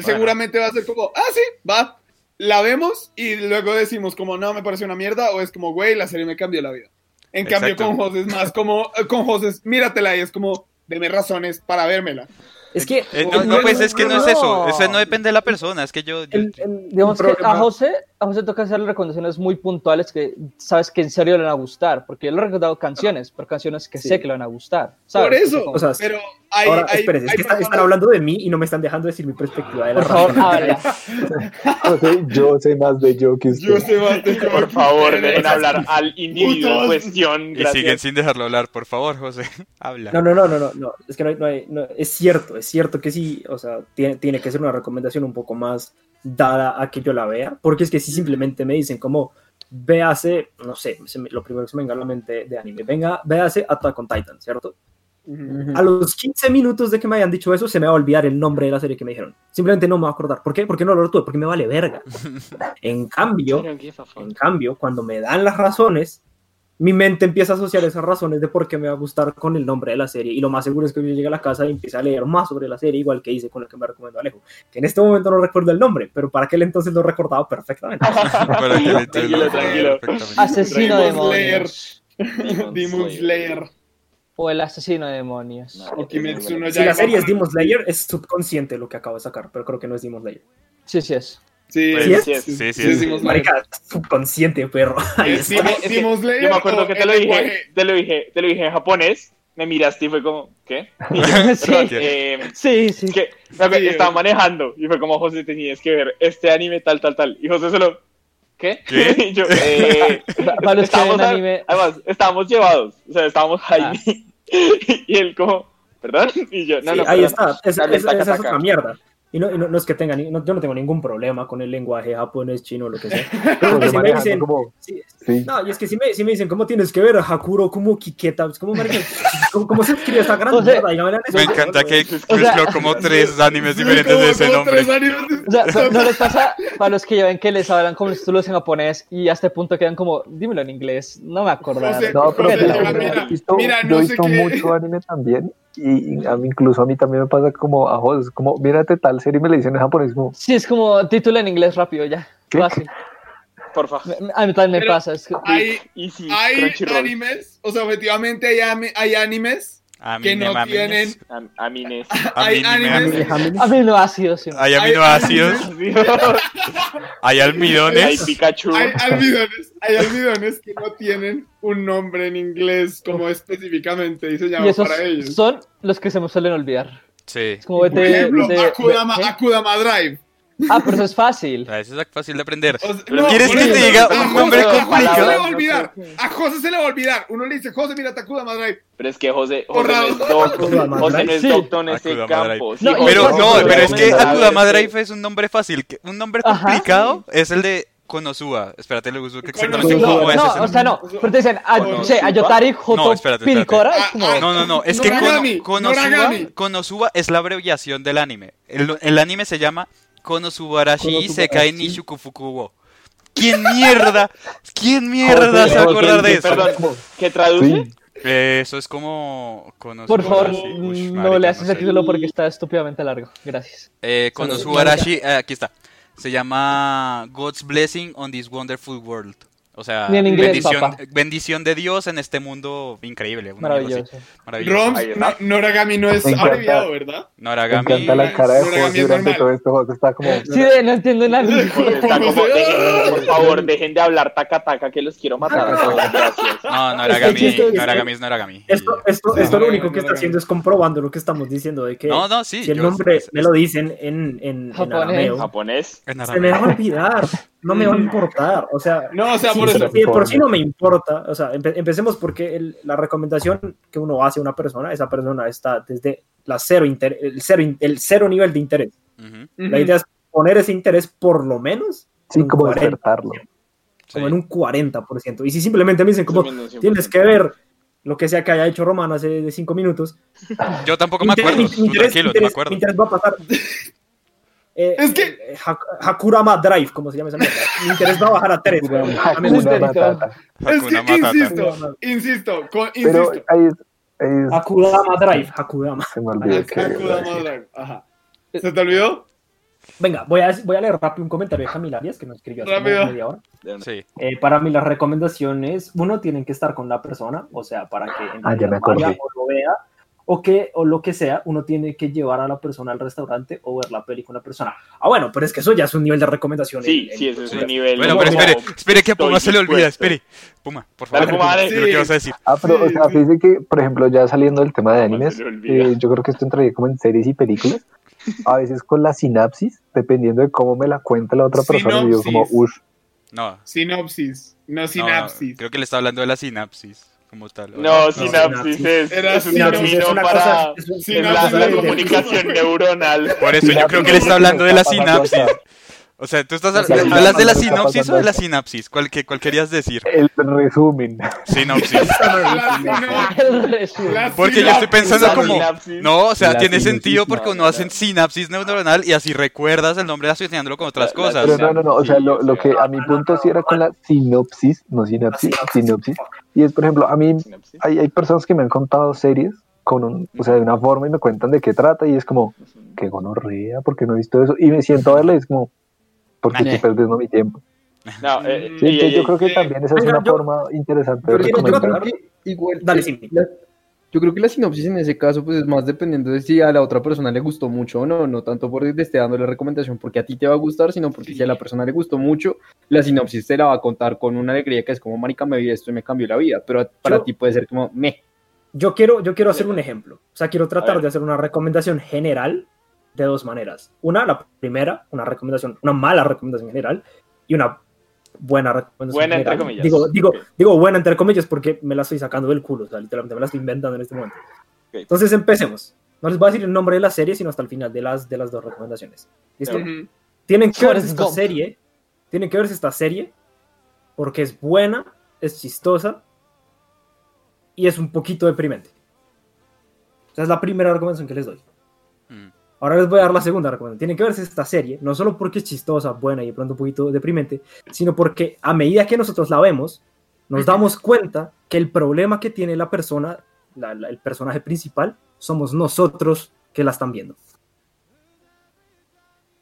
Seguramente va a ser como, ah, sí, va, la vemos y luego decimos como, no, me parece una mierda o es como, güey, la serie me cambió la vida. En cambio, Exacto. con José es más como, eh, con José, es, míratela y es como, deme razones para vérmela. Es que Eh, no, no, pues es que no es eso. Eso no depende de la persona. Es que yo. yo- el- el- Digamos el que a problema- José, a José toca hacerle recomendaciones muy puntuales que sabes que en serio le van a gustar, porque yo le he recomendado canciones, pero canciones que Sí. sé que le van a gustar. ¿sabes? por eso, Como- o sea, pero hay, Ahora, hay- espérense, es hay que están, personas- están hablando de mí y no me están dejando decir mi perspectiva de la por favor, realidad. habla. O sea, yo sé más de yo que usted. Yo sé más de que- Por favor, deben hablar al individuo en Putas. cuestión. Y gracias. siguen sin dejarlo hablar, por favor, José. Habla. No, no, no, no, no, no, es que no hay, no hay- no- es cierto, es cierto que sí, o sea, tiene, tiene que ser una recomendación un poco más dada a que yo la vea, porque es que si simplemente me dicen como, véase, no sé, se me- lo primero que se me venga a la mente de anime, venga, véase Attack on Titan, ¿cierto? A los 15 minutos de que me hayan dicho eso, se me va a olvidar el nombre de la serie que me dijeron, simplemente no me va a acordar, ¿por qué? Porque no lo retuve, porque me vale verga. En cambio, En cambio, cuando me dan las razones, mi mente empieza a asociar esas razones de por qué me va a gustar con el nombre de la serie. Y lo más seguro es que yo llegue a la casa y empiece a leer más sobre la serie, igual que hice con lo que me recomendó Alejo. Que en este momento no recuerdo el nombre, pero para aquel entonces lo recordaba perfectamente. Para que lo entiendan Tranquilo, tranquilo. perfectamente. Asesino de Demon Slayer. demonios. Demon Slayer. O el asesino de demonios. O Kimetsu no Si la Yaiba. serie es Demon Slayer, es subconsciente lo que acabo de sacar, pero creo que no es Demon Slayer. Sí, sí es. Sí, Pues, ¿Sí es? Sí, es. Sí, sí, Sí, es- sí, Demon Slayer. Marica, subconsciente, perro. Ahí Es está. Demon- Es que Demon Slayer Yo me o acuerdo que te el lo dije, lenguaje- te lo dije, te lo dije en japonés, me miraste y fue como, ¿qué? Y yo, Sí, eh, sí, sí. es que me acuerdo, Sí, estaba eh. manejando y fue como, José, tenías que ver este anime tal, tal, tal. Y José solo, ¿qué? ¿Qué? Y yo, eh, Para los que ven estábamos, anime. además, estábamos llevados, o sea, estábamos ahí. y él como, ¿perdón? Y yo, no, Sí, no, ahí perdón. está. Es, Dale, es- taca, esa es taca. otra mierda. Y no, y no- no es que tenga, ni- no- yo no tengo ningún problema con el lenguaje japonés, chino, lo que sea. Pero José si me manejando dicen, como, sí, sí, No, y es que si me, si me dicen, ¿cómo tienes que ver a Hakuro como Kiketa? Pues, ¿Cómo, marica? ¿Cómo, cómo se escribe esta gran O sea, mierda? Dígame, Me encanta que O sea- mezcló como tres animes Sí, diferentes como- de ese como nombre. tres animes de- O sea, no, no les pasa para los que ya ven que les hablan con los títulos en japonés y a este punto quedan como, dímelo en inglés, no me acuerdo. la No sé, verdad". No, pero José, mira, mira, mira, mira, he visto- mira, yo no he sé visto qué- mucho anime también y a mí, incluso a mí también me pasa como a Jos, como mírate tal serie y me le dicen en japonés como Sí, es como título en inglés rápido ya. ¿Qué? Fácil. Porfa. Me- me- A mí también me Pero pasa. Es que, Hay, Y sí, hay Crunchyroll. animes, o sea, objetivamente hay, ami- hay animes. A mí Que no me mames. tienen- A, a mí no es- A mí Hay ni me animes. mames. a mí no ha sido siempre. Hay aminoácidos, hay Hay almidones. Pikachu. Hay almidones, hay almidones que no tienen un nombre en inglés como específicamente diseñado Y esos para ellos. son los que se me suelen olvidar. Sí. Es como vete. Por ejemplo, vete- Akudama, ¿eh? Akudama Drive. Ah, pero eso es fácil. Ah, Eso es fácil de aprender. O sea, Pero ¿Quieres por que te eso, diga a un José- nombre a José complicado? se le va a olvidar. A José se le va a olvidar. Uno le dice, José, mira, Akudama Drive. Pero es que José, José no es Borrado. doctor, José no es Sí. doctor en ese Akudama campo. Drive. Sí, No, José, Pero José, no, José, pero es José, que José, Akudama José, Drive es un nombre fácil. que- Un nombre Ajá. complicado es el de Konosuba. Espérate, le busco exactamente Konosuba. cómo es No, ese o sea, no. Pero te dicen, a, Bueno, no sé, sí, va. Ayotari Joto No, espérate, espérate. Pincora. es Ah, como- ah, No, no, no. Es que Noragami, Kono- Konosuba, Noragami. Konosuba es la abreviación del anime. El, el anime se llama Konosubarashi Sekai Konosubarashi. Nishukufukuwo. ¿Quién mierda? ¿Quién mierda José, se va a acordar de José, eso? Perdón, ¿qué traduce? Sí. Eh, Eso es como Konosubarashi. Por favor, Ush, no marica, le haces sé. aquí solo porque está estúpidamente largo. Gracias. Eh, Konosubarashi, eh, aquí está. Se llama God's Blessing on this wonderful world. O sea, Ni en inglés, bendición, papá. bendición de Dios en este mundo increíble. una mierda así. Maravilloso. Maravilloso. Roms, Ahí no- está. Noragami no es Me encanta. abreviado, ¿verdad? Me Noragami. encanta la cara de Noragami José es durante normal. todo esto. José está como. Sí, de- no entiendo nada. José está como, José. "Dejen- por favor, dejen de hablar taca taca que los quiero matar. por favor, gracias". No, Noragami, chiste es- Noragami es Noragami. Esto, Y- esto, Sí, esto lo no, único no, que no, está no. haciendo es comprobando lo que estamos diciendo de que No, no, sí. si el yo- nombre es- me lo dicen en, en, en Japonés. arameo, Japonés. es se me va Noragami. a olvidar, no me va a importar, o sea, No, o sea, si, por eso. si de por sí no me importa, o sea, empe- empecemos porque el- la recomendación que uno hace a una persona, esa persona está desde la cero inter- el, cero in- el cero nivel de interés. Ujú, La idea es poner ese interés por lo menos en Sí, un como 40, despertarlo. como en sí. un 40%. Y si simplemente me dicen como, Resumiendo un 100%. tienes que ver lo que sea que haya hecho Román hace de cinco minutos, Yo tampoco me Interés- acuerdo. mi- mi Tú tranquilo, no me interés- mi acuerdo. interés va a pasar. Eh, Es que- eh, Hak- Hakurama Drive, como se llama esa mierda. Mi interés va a bajar a 3. A menos Hakuna de- Matata. Es Hakuna que, Matata. insisto, insisto, con- Pero insisto. ahí es. ahí Ah, es- Hakudama Drive, Hakudama. Se me olvidó que. Akudama Drive. Ajá. ¿Se te olvidó? Venga, voy a, voy a leer rápido un comentario de Camila Arias que nos escribió hace como Rápido. media hora. Sí. Eh, para mí las recomendaciones, uno, tienen que estar con la persona, o sea, para que en Ah, ya me acordé. vaya o lo vea, o, que, o lo que sea, uno tiene que llevar a la persona al restaurante o ver la peli con la persona. Ah, bueno, pero es que eso ya es un nivel de recomendaciones. Sí, Eh, sí, ese es sí. un nivel. Bueno, como- pero espere, espere que a estoy Puma se le olvida. dispuesto. Espere. Puma, por Dale, favor. Puma, dale. Yo lo que vas a decir. Ah, pero, o sea, Sí, sí. fíjese que, por ejemplo, ya saliendo del tema de animes, se le olvida. eh, yo creo que esto entraría como en series y películas. A veces con la sinapsis, dependiendo de cómo me la cuenta la otra persona, yo digo como, Sinopsis. ush, No. Sinopsis, no no, sinapsis. creo que le está hablando de la sinapsis. Como tal. No, sinapsis. sinapsis es, Era es un Sinapsis es término una cosa- para es un- es sinapsis la- es una la cosa de- comunicación neuronal. Por eso yo creo que le está hablando de la sinapsis. O sea, ¿tú estás O sea, hablas de la está pasando sinopsis o de la esto. sinapsis? ¿Cuál, que- cuál querías decir? el resumen. Sinopsis. La sino- El resumen. Ah, la Porque yo estoy sinapsis. pensando la como, sinapsis. no, o sea, La tiene sinapsis, sentido porque no, uno hace claro. sinapsis neuronal y así recuerdas el nombre asociándolo con otras La- la cosas. Pero no, no, no, o sea, lo, lo que a mi No, no, punto no, sí era con la sinopsis, no sinapsis, sinopsis. Y es, por ejemplo, a mí Sinapsis. hay, hay personas que me han contado series con un, o sea, de una forma y me cuentan de qué trata y es como, qué gonorrea, porque no he visto eso. Y me siento a verla y es como, porque Nah. estoy perdiendo mi tiempo. No, eh, Mm, Sí, Sí, entonces ey, ey, yo ey, creo que sí. también esa es Venga, una yo- forma interesante de Pero yo- yo creo recomendar. que igual- Dale, Simi. la- Yo creo que la sinopsis en ese caso pues es más dependiendo de si a la otra persona le gustó mucho o no, no tanto porque te esté dando la recomendación porque a ti te va a gustar, sino porque si a la persona le gustó mucho, la sinopsis te la va a contar con una alegría que es como, marica, me vi esto y me cambió la vida, pero a- para Yo- ti puede ser como, me. Yo quiero, yo quiero hacer un ejemplo. O sea, quiero A tratar ver. de hacer una recomendación general de dos maneras. Una, la primera, una recomendación, una mala recomendación general y una buena recomendación Buena, entre general. comillas. Digo, digo, Ok. digo buena entre comillas porque me la estoy sacando del culo. O sea, literalmente me la estoy inventando en este momento. Ok. Entonces empecemos. No les voy a decir el nombre de la serie, sino hasta el final de las, de las dos recomendaciones. ¿Listo? Ujú. Tienen que ver Forrest esta Gump. serie. Tienen que ver esta serie. Porque es buena, es chistosa. Y es un poquito deprimente. Esa es la primera recomendación que les doy. Mm. Ahora les voy a dar la segunda recomendación. Tienen que verse esta serie, no solo porque es chistosa, buena y de pronto un poquito deprimente, sino porque a medida que nosotros la vemos, nos damos cuenta que el problema que tiene la persona, la- la- el personaje principal, somos nosotros que la están viendo.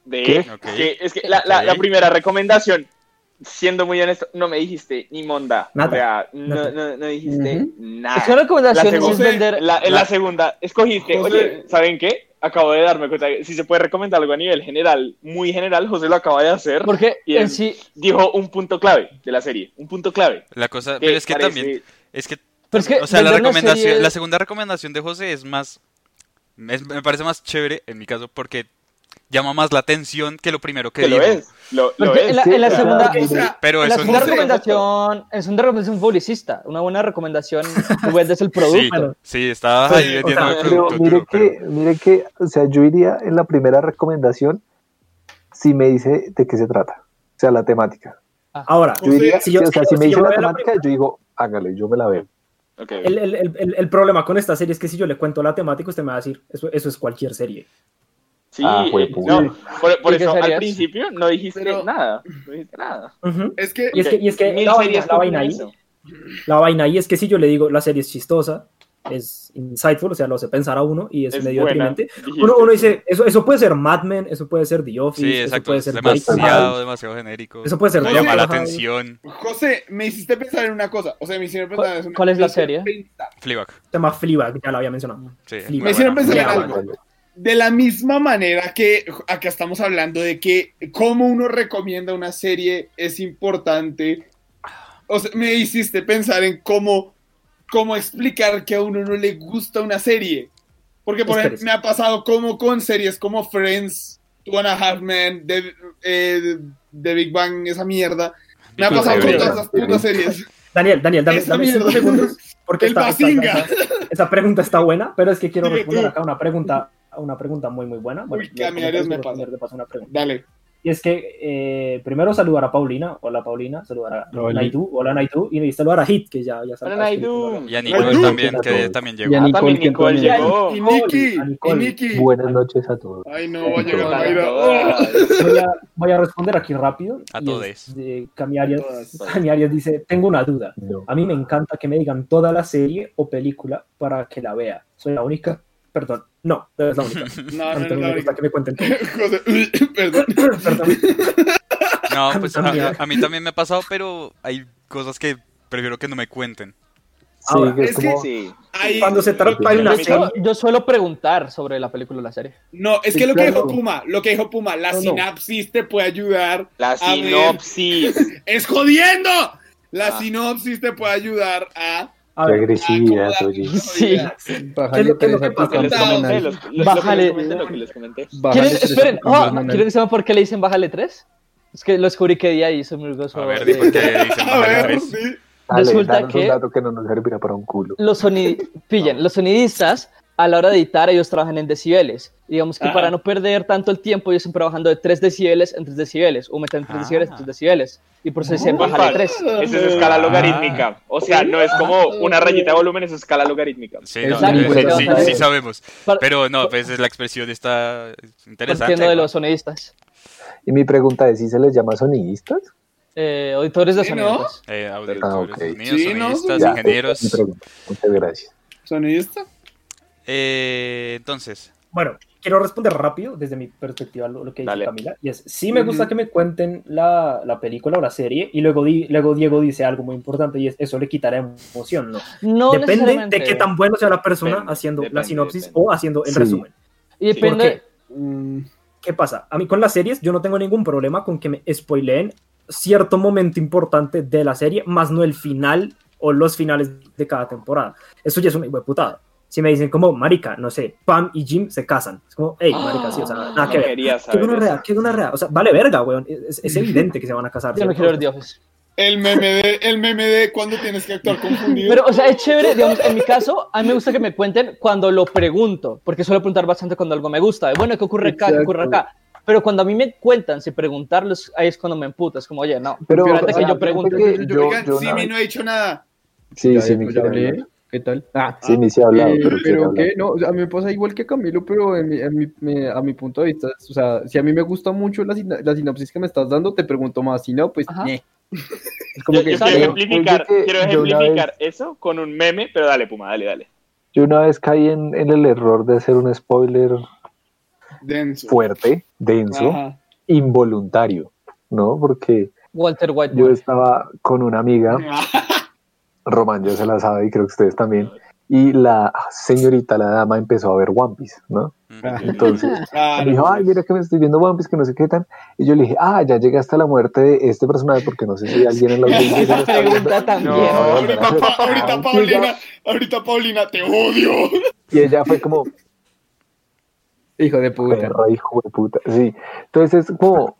de- ¿Qué? que- es que la, la- la Ok. primera recomendación siendo muy honesto, no me dijiste ni monda. Nada. O sea, no, no, no dijiste Ujú. nada. Es que la recomendación La es segunda- vender- la- en la segunda, escogiste, José- oye, ¿saben qué? Acabo de darme cuenta que si se puede recomendar algo a nivel general, muy general, José lo acaba de hacer. Porque Y en el- sí, Dijo un punto clave de la serie, un punto clave. La cosa, pero es que parece- también, es que, pero es que o sea, la vender una recomendación, serie- la segunda recomendación de José es más, es- me parece más chévere en mi caso porque llama más la atención que lo primero que, Que lo dijo. es, lo, lo porque en es. la, en la Sí, segunda, claro, O sea, Pero en la eso segunda no- José- recomendación, en la segunda recomendación publicista, una buena recomendación, tú vendes el Sí, producto. Claro. sí, estaba Pero, ahí o vendiendo sea, el Pero producto mire duro, pero- que, mire que, o sea, yo iría en la primera recomendación si me dice de qué se trata, o sea, la temática. Ahora, Yo diría, si yo- o sea, si si me yo dice la veo la temática, yo digo, hágale, yo me la veo. Ok. el, el- el- el- el problema con esta serie es que si yo le cuento la temática, usted me va a decir, eso, eso es cualquier serie. Sí, Ah, eh, jueputa. no, por, por ¿Y qué eso al serías? principio no dijiste Pero- nada. No dijiste nada. Ujú. Es que Y es que, y es que Mil la, vaina, series la vaina con ahí, eso. la vaina ahí es que si yo le digo la serie es chistosa, es insightful, o sea, lo hace pensar a uno y es, Es medio buena, deprimente. dijiste. Uno, uno dice, eso, eso puede ser Mad Men, eso puede ser The Office, Sí, eso exacto, puede es ser demasiado, Breaking Bad, demasiado genérico. Eso puede ser no todo, llama la ajá. atención. José, me hiciste pensar en una cosa. O sea, me hicieron pensar en ¿Cuál- una- cuál es la me hicieron serie? pensar- Fleabag, se llama Fleabag, ya la había mencionado. sí. es Me muy Me hicieron buena. pensar en Ya, algo. De la misma manera que acá estamos hablando de que cómo uno recomienda una serie es importante. O sea, me hiciste pensar en cómo, cómo explicar que a uno no le gusta una serie. Porque, por ejemplo, Espérese. me ha pasado como con series como Friends, Two and a Half Men, The, eh, The Big Bang, esa mierda. Me ha Big Bang pasado con Theory. todas esas putas series. Daniel, Daniel, dame, Esa dame cinco mierda. segundos porque El esta, esta- Bazinga. esta- esta pregunta está buena, pero es que quiero Dime responder tú. acá una pregunta, una pregunta muy muy buena. Bueno, Uy, que a mí quiero Arias me responder pasa. de paso una pregunta. Dale. Y es que eh, primero saludar a Paulina, hola Paulina, saludar a Naidu, hola Naidu, y saludar a Hit, que ya, ya Hola, saludó. Naidu. Y a Nicole Ay, también, no. que también Y a llegó. Ah, Nicole, también que Nicole entró en el- llegó. Y Oh, Nicole, Nikki, a y Nicole. Nikki. Buenas noches a todos. Ay, no, va a llegar Hola, Mayra. Ah. todas. Voy a, voy a responder aquí rápido. A y todos. es de Cami Arias. A todas, todas. Cami Arias dice, tengo una duda. No. A mí me encanta que me digan toda la serie o película para que la vea. Soy la única. Perdón, no, no es la única. A No, mí no, no, también me no, gusta que me cuenten todo. José, perdón. Perdón. No, A mí pues a, también. a- a mí también me ha pasado, pero hay cosas que prefiero que no me cuenten. Sí, Ahora, que es, es que como, Sí. Ahí- Cuando se trata de una Sí, serie, Yo, yo suelo preguntar sobre la película o la serie. No, es Sí, que lo que dijo claro. Puma, lo que dijo Puma, la No, no. sinapsis te puede ayudar. La a ver- sinopsis. ¡Es jodiendo! La Ah. sinopsis te puede ayudar a. a qué ver, agresividad, oye. Sí. ¿Qué Bájale es lo tres que a tu pasa? Lo que les Está, comenté, hombre, lo- hormonal. lo- lo que Bájale. les comenté, lo que les comenté. Bájale ¿Quieren, tres a tu esperen, oh, ah, hormonal. ¿quieren que sepan por qué le dicen bájale 3? Es que lo descubrí que día y soy muy orgulloso. A ver, di de- por qué dicen pues". A Bájale ver, tres. sí. Dale, Resulta danos que- un dato que no nos servirá para un culo. los soni- pillen, los sonidistas a la hora de editar ellos trabajan en decibeles. Digamos que Ajá. para no perder tanto el tiempo ellos están trabajando de 3 decibeles en 3 decibeles o meten 3 Ah. decibeles en 3 decibeles y por eso dicen Compas, bájale 3. Eso es escala Ah. logarítmica. O sea, no es como una rayita de volumen, eso es escala logarítmica. Sí, Es no, un eh, cuento, sí, ¿sabes? sí sabemos. Par- Pero no, pues es la expresión está interesante. Partiendo de ¿no? los sonidistas, Y mi pregunta es, ¿si se les llama sonidistas? eh, auditores de Sí, sonidos. ¿no? Eh, auditores, Ah, ok. sonidos, Sí, no, sonidistas, sí. Ya, ingenieros. mi pregunta. Muchas gracias. ¿Sonidista? Eh, entonces, Bueno, quiero responder rápido desde mi perspectiva lo, lo que dice Dale. Camila. Y es, sí me gusta Mm. Ujú. que me cuenten la, la película o la serie y luego, di- luego Diego dice algo muy importante y es, eso le quitará emoción, ¿no? No depende necesariamente. de qué tan bueno sea la persona Depende, haciendo la depende, sinopsis depende. o haciendo el Sí. resumen. Y depende. ¿Por Mm. ¿Qué pasa? A mí con las series yo no tengo ningún problema con que me spoileen cierto momento importante de la serie, más no el final o los finales de cada temporada. Eso ya es una putada. Si me dicen como, marica, no sé, Pam y Jim se casan. Es como, hey, marica, sí, o sea, nada No que ver. quería Qué saber gonorrea, eso. qué gonorrea. O sea, vale verga, weón. Es, es evidente que se van a casar. Yo no ¿cierto? quiero ver The Office. El meme de, el meme de cuando tienes que actuar confundido. Pero, o sea, es chévere, digamos, en mi caso, a mí me gusta que me cuenten cuando lo pregunto, porque suelo preguntar bastante cuando algo me gusta. de, Bueno, ¿qué ocurre acá? ¿Qué ocurre acá? Pero cuando a mí me cuentan sin preguntarlos, ahí es cuando me emputas, como, oye, no, Pero, espérate que ah, yo pregunte. fíjate que Yo, yo- oigan, yo Simi una vez- no ha dicho nada. Sí, Ya, sí, ya, mi ya hablé. ¿Qué tal? Ah, Sí, ni se ha hablado, Eh, pero, quiero pero hablar. que no, o sea, a mí me pasa igual que Camilo, pero en mi- en mi- me- a mi punto de vista, o sea, si a mí me gusta mucho la, sina- la sinopsis que me estás dando, te pregunto más, si no, pues, Ajá. ñe. Es Yo, como que yo quiero yo- ejemplificar, yo que- quiero yo una ejemplificar eso con un meme, pero dale, Puma, dale, dale. Yo una vez caí en, en el error de hacer un spoiler Denso. fuerte, denso, Ajá. involuntario, ¿no? Porque Walter White. Yo estaba con una amiga, Ah, Román ya se la sabe y creo que ustedes también, y la señorita, la dama, empezó a ver One Piece, ¿no? Ah. Entonces, me dijo, ay, mira que me estoy viendo One Piece, que no sé qué tan. Y yo le dije, ah, ya llegué hasta la muerte de este personaje, porque no sé si alguien en la audiencia se lo está viendo. Pregunta también. No. Ahorita, Pa- ahorita Paulina, ahorita Paulina, te odio. Y ella fue como, Hijo de puta. perro, hijo de puta. Sí, entonces es como,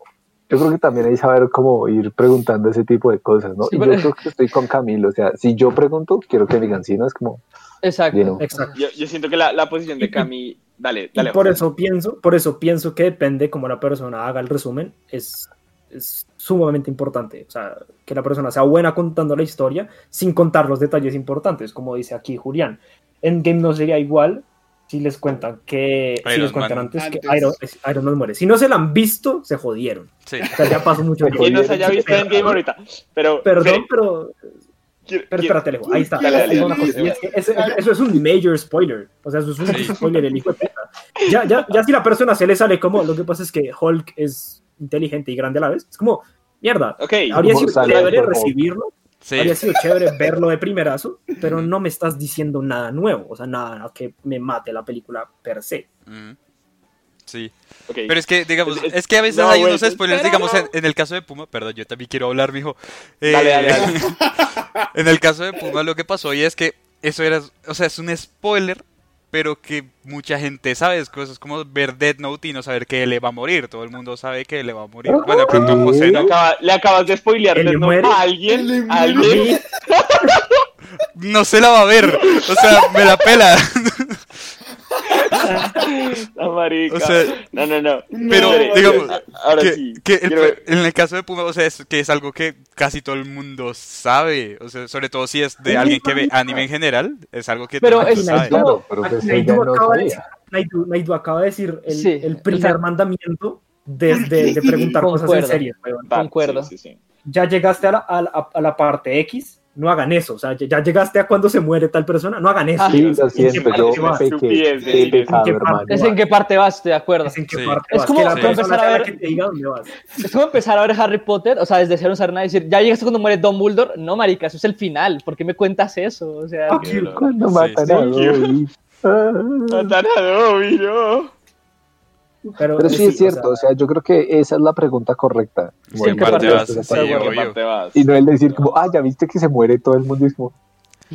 yo creo que también hay saber cómo ir preguntando ese tipo de cosas, ¿no? Sí, y pero- yo creo que estoy con Camilo, o sea, si yo pregunto, quiero que me digan, sí, ¿no? Es como, Exacto. Bien. Exacto. Yo, yo siento que la, la posición de Cami. Dale, Y dale. por José. eso pienso, por eso pienso que depende cómo la persona haga el resumen, es, es sumamente importante. O sea, que la persona sea buena contando la historia sin contar los detalles importantes, como dice aquí Julián. Endgame no sería igual si les cuentan que si Iron les cuentan Man. antes, que Antes. Iron, es- Iron Man muere. Si no se la han visto, se jodieron. Sí. O sea, ya pasó mucho Quien tiempo. no se haya visto en Game ahorita. Pero. Perdón, Fede, pero, quiero- pero quiero- espérate, Alejo. Ahí está. Dale, dale, Ahí va una dale. cosa. Y es que ese- ah, eso es un major spoiler. O sea, eso es un Sí. spoiler, el hijo de puta. Ya, ya, ya si la persona se le sale como, lo que pasa es que Hulk es inteligente y grande a la vez, es como, mierda. Ok. Habría sido Sale, chévere por favor. recibirlo, Sí. habría sido chévere verlo de primerazo, pero no me estás diciendo nada nuevo, o sea, nada que me mate la película per se. Ujú. Mm. Sí. ok. Pero es que, digamos, Es- es- es que a veces no, hay güey, unos te spoilers, espera, digamos, no. en, en el caso de Puma, perdón, yo también quiero hablar, mijo. Eh, Dale, dale, dale. en el caso de Puma lo que pasó y es que eso era, o sea, es un spoiler, pero que mucha gente sabe, es cosas como ver Dead Note y no saber que le va a morir, todo el mundo sabe que le va a morir. Bueno, de pronto José Le, no. acaba- le acabas de spoilear Él Death Note muere. a alguien. Él a A alguien. mí, No se la va a ver, o sea, me la pela. Ah, marica. O sea, no, no, no. Pero, Espere, digamos, a- ahora que- sí. que el- Quiero ver- en el caso de Puma, o sea, es que es algo que casi todo el mundo sabe, o sea, sobre todo si es de alguien que ve anime en general, es algo que todo Pero el mundo es- sabe. es como- claro, pero pues ella Naidu no acaba, de sabía. decir- Naidu- Naidu acaba de decir el, Sí, el primer exacto. mandamiento desde de preguntar cosas en Concuerdo. serio. weón. Va, concuerdo. sí, sí, sí. ya llegaste a la, a la- a la parte X, no hagan eso. O sea, ya ya llegaste a cuando se muere tal persona, no hagan eso. Ah, Sí, lo ¿En qué siento, parte yo vas? pequé, Estupidez, qué sí, pecado, sí, sí. hermano. Es en qué parte vas, estoy de acuerdo. ¿Es en qué Sí. parte Es vas? como Que la sí. persona empezar a sea la ver- que te diga dónde vas. Es como empezar a ver Harry Potter, o sea, desde cero no saber nada y decir, ya llegaste cuando muere Dumbledore. No, marica, eso es el final. ¿Por qué me cuentas eso? O sea, Fuck you. Cuando Sí, matan a sí. Dobby. Ah. Matan a Dobby, no. Pero sí, es cierto, o o sea, sea, yo creo que esa es la pregunta correcta. Como Sí, el ¿qué parte momento vas? de Sí, esa obvio. parte. ¿Qué parte vas? Y no el decir como, ah, ya viste que se muere todo el mundo y es como,